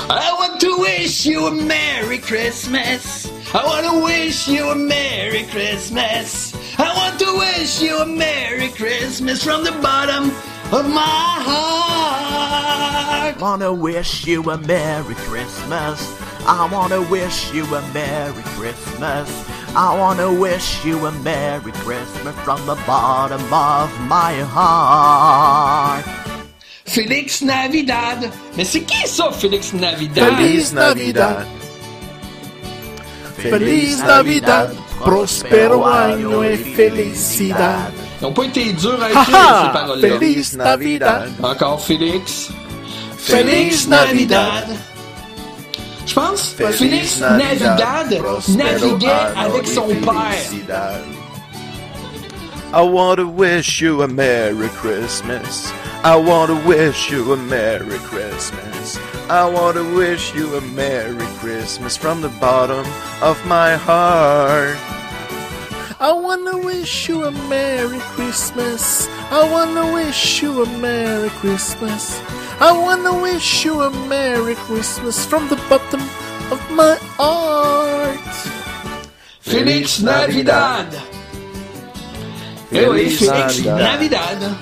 I want to wish you a Merry Christmas. I want to wish you a Merry Christmas. I want to wish you a Merry Christmas from the bottom of my heart.
Wanna wish you a Merry Christmas. I wanna wish you a Merry Christmas. I wanna wish you a Merry Christmas from the bottom of my heart.
Félix Navidad. Mais c'est qui ça, Félix Navidad?
Feliz Navidad. Feliz Navidad, prospero año y felicidad.
Ils n'ont pas été durs à écrire ces
Haha,
paroles-là.
Feliz Navidad,
Encore Félix.
Feliz Navidad.
Je pense que
Feliz
Félix Navidad
prospero
naviguait
anno
avec
di
son père.
felicidad. I want to wish you a Merry Christmas. I want to wish you a Merry Christmas. I want to wish you a Merry Christmas from the bottom of my heart.
I wanna wish you a Merry Christmas. I wanna wish you a Merry Christmas. I wanna wish you a Merry Christmas from the bottom of my heart.
Félix Navidad. Eh oui,
Feliz
Félix
Navidad.
Navidad.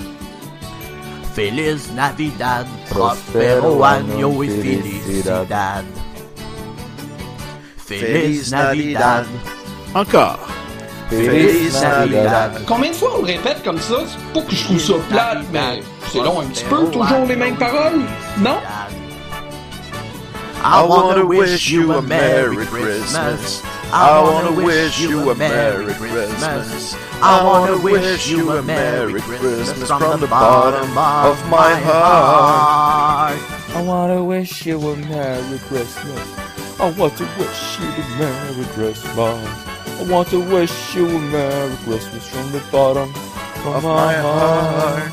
Feliz Navidad,
Prospero año y felicidad. Feliz Navidad.
Encore.
Feliz Navidad.
Combien de fois on le répète comme ça? C'est Pas que je trouve ça plate, mais c'est long un petit peu,
um
toujours les mêmes paroles, non?
I want to wish you a Merry Christmas. I want to wish you a Merry Christmas. I want to wish you a Merry Christmas from the bottom of my heart.
heart.
I wanna wish you a Merry Christmas. I want to wish you a Merry Christmas. I want to wish you a Merry Christmas from the bottom
Of my heart.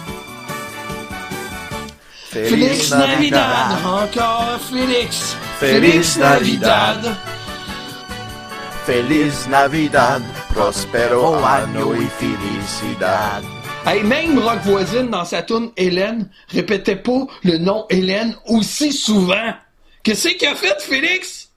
Félix Navidad, encore Félix.
Félix Navidad. Feliz Navidad. Prospero año y felicidad.
Hey, même Rock Voisine, dans sa tune Hélène, répétait pas le nom Hélène aussi souvent. Qu'est-ce qu'il a fait, Félix?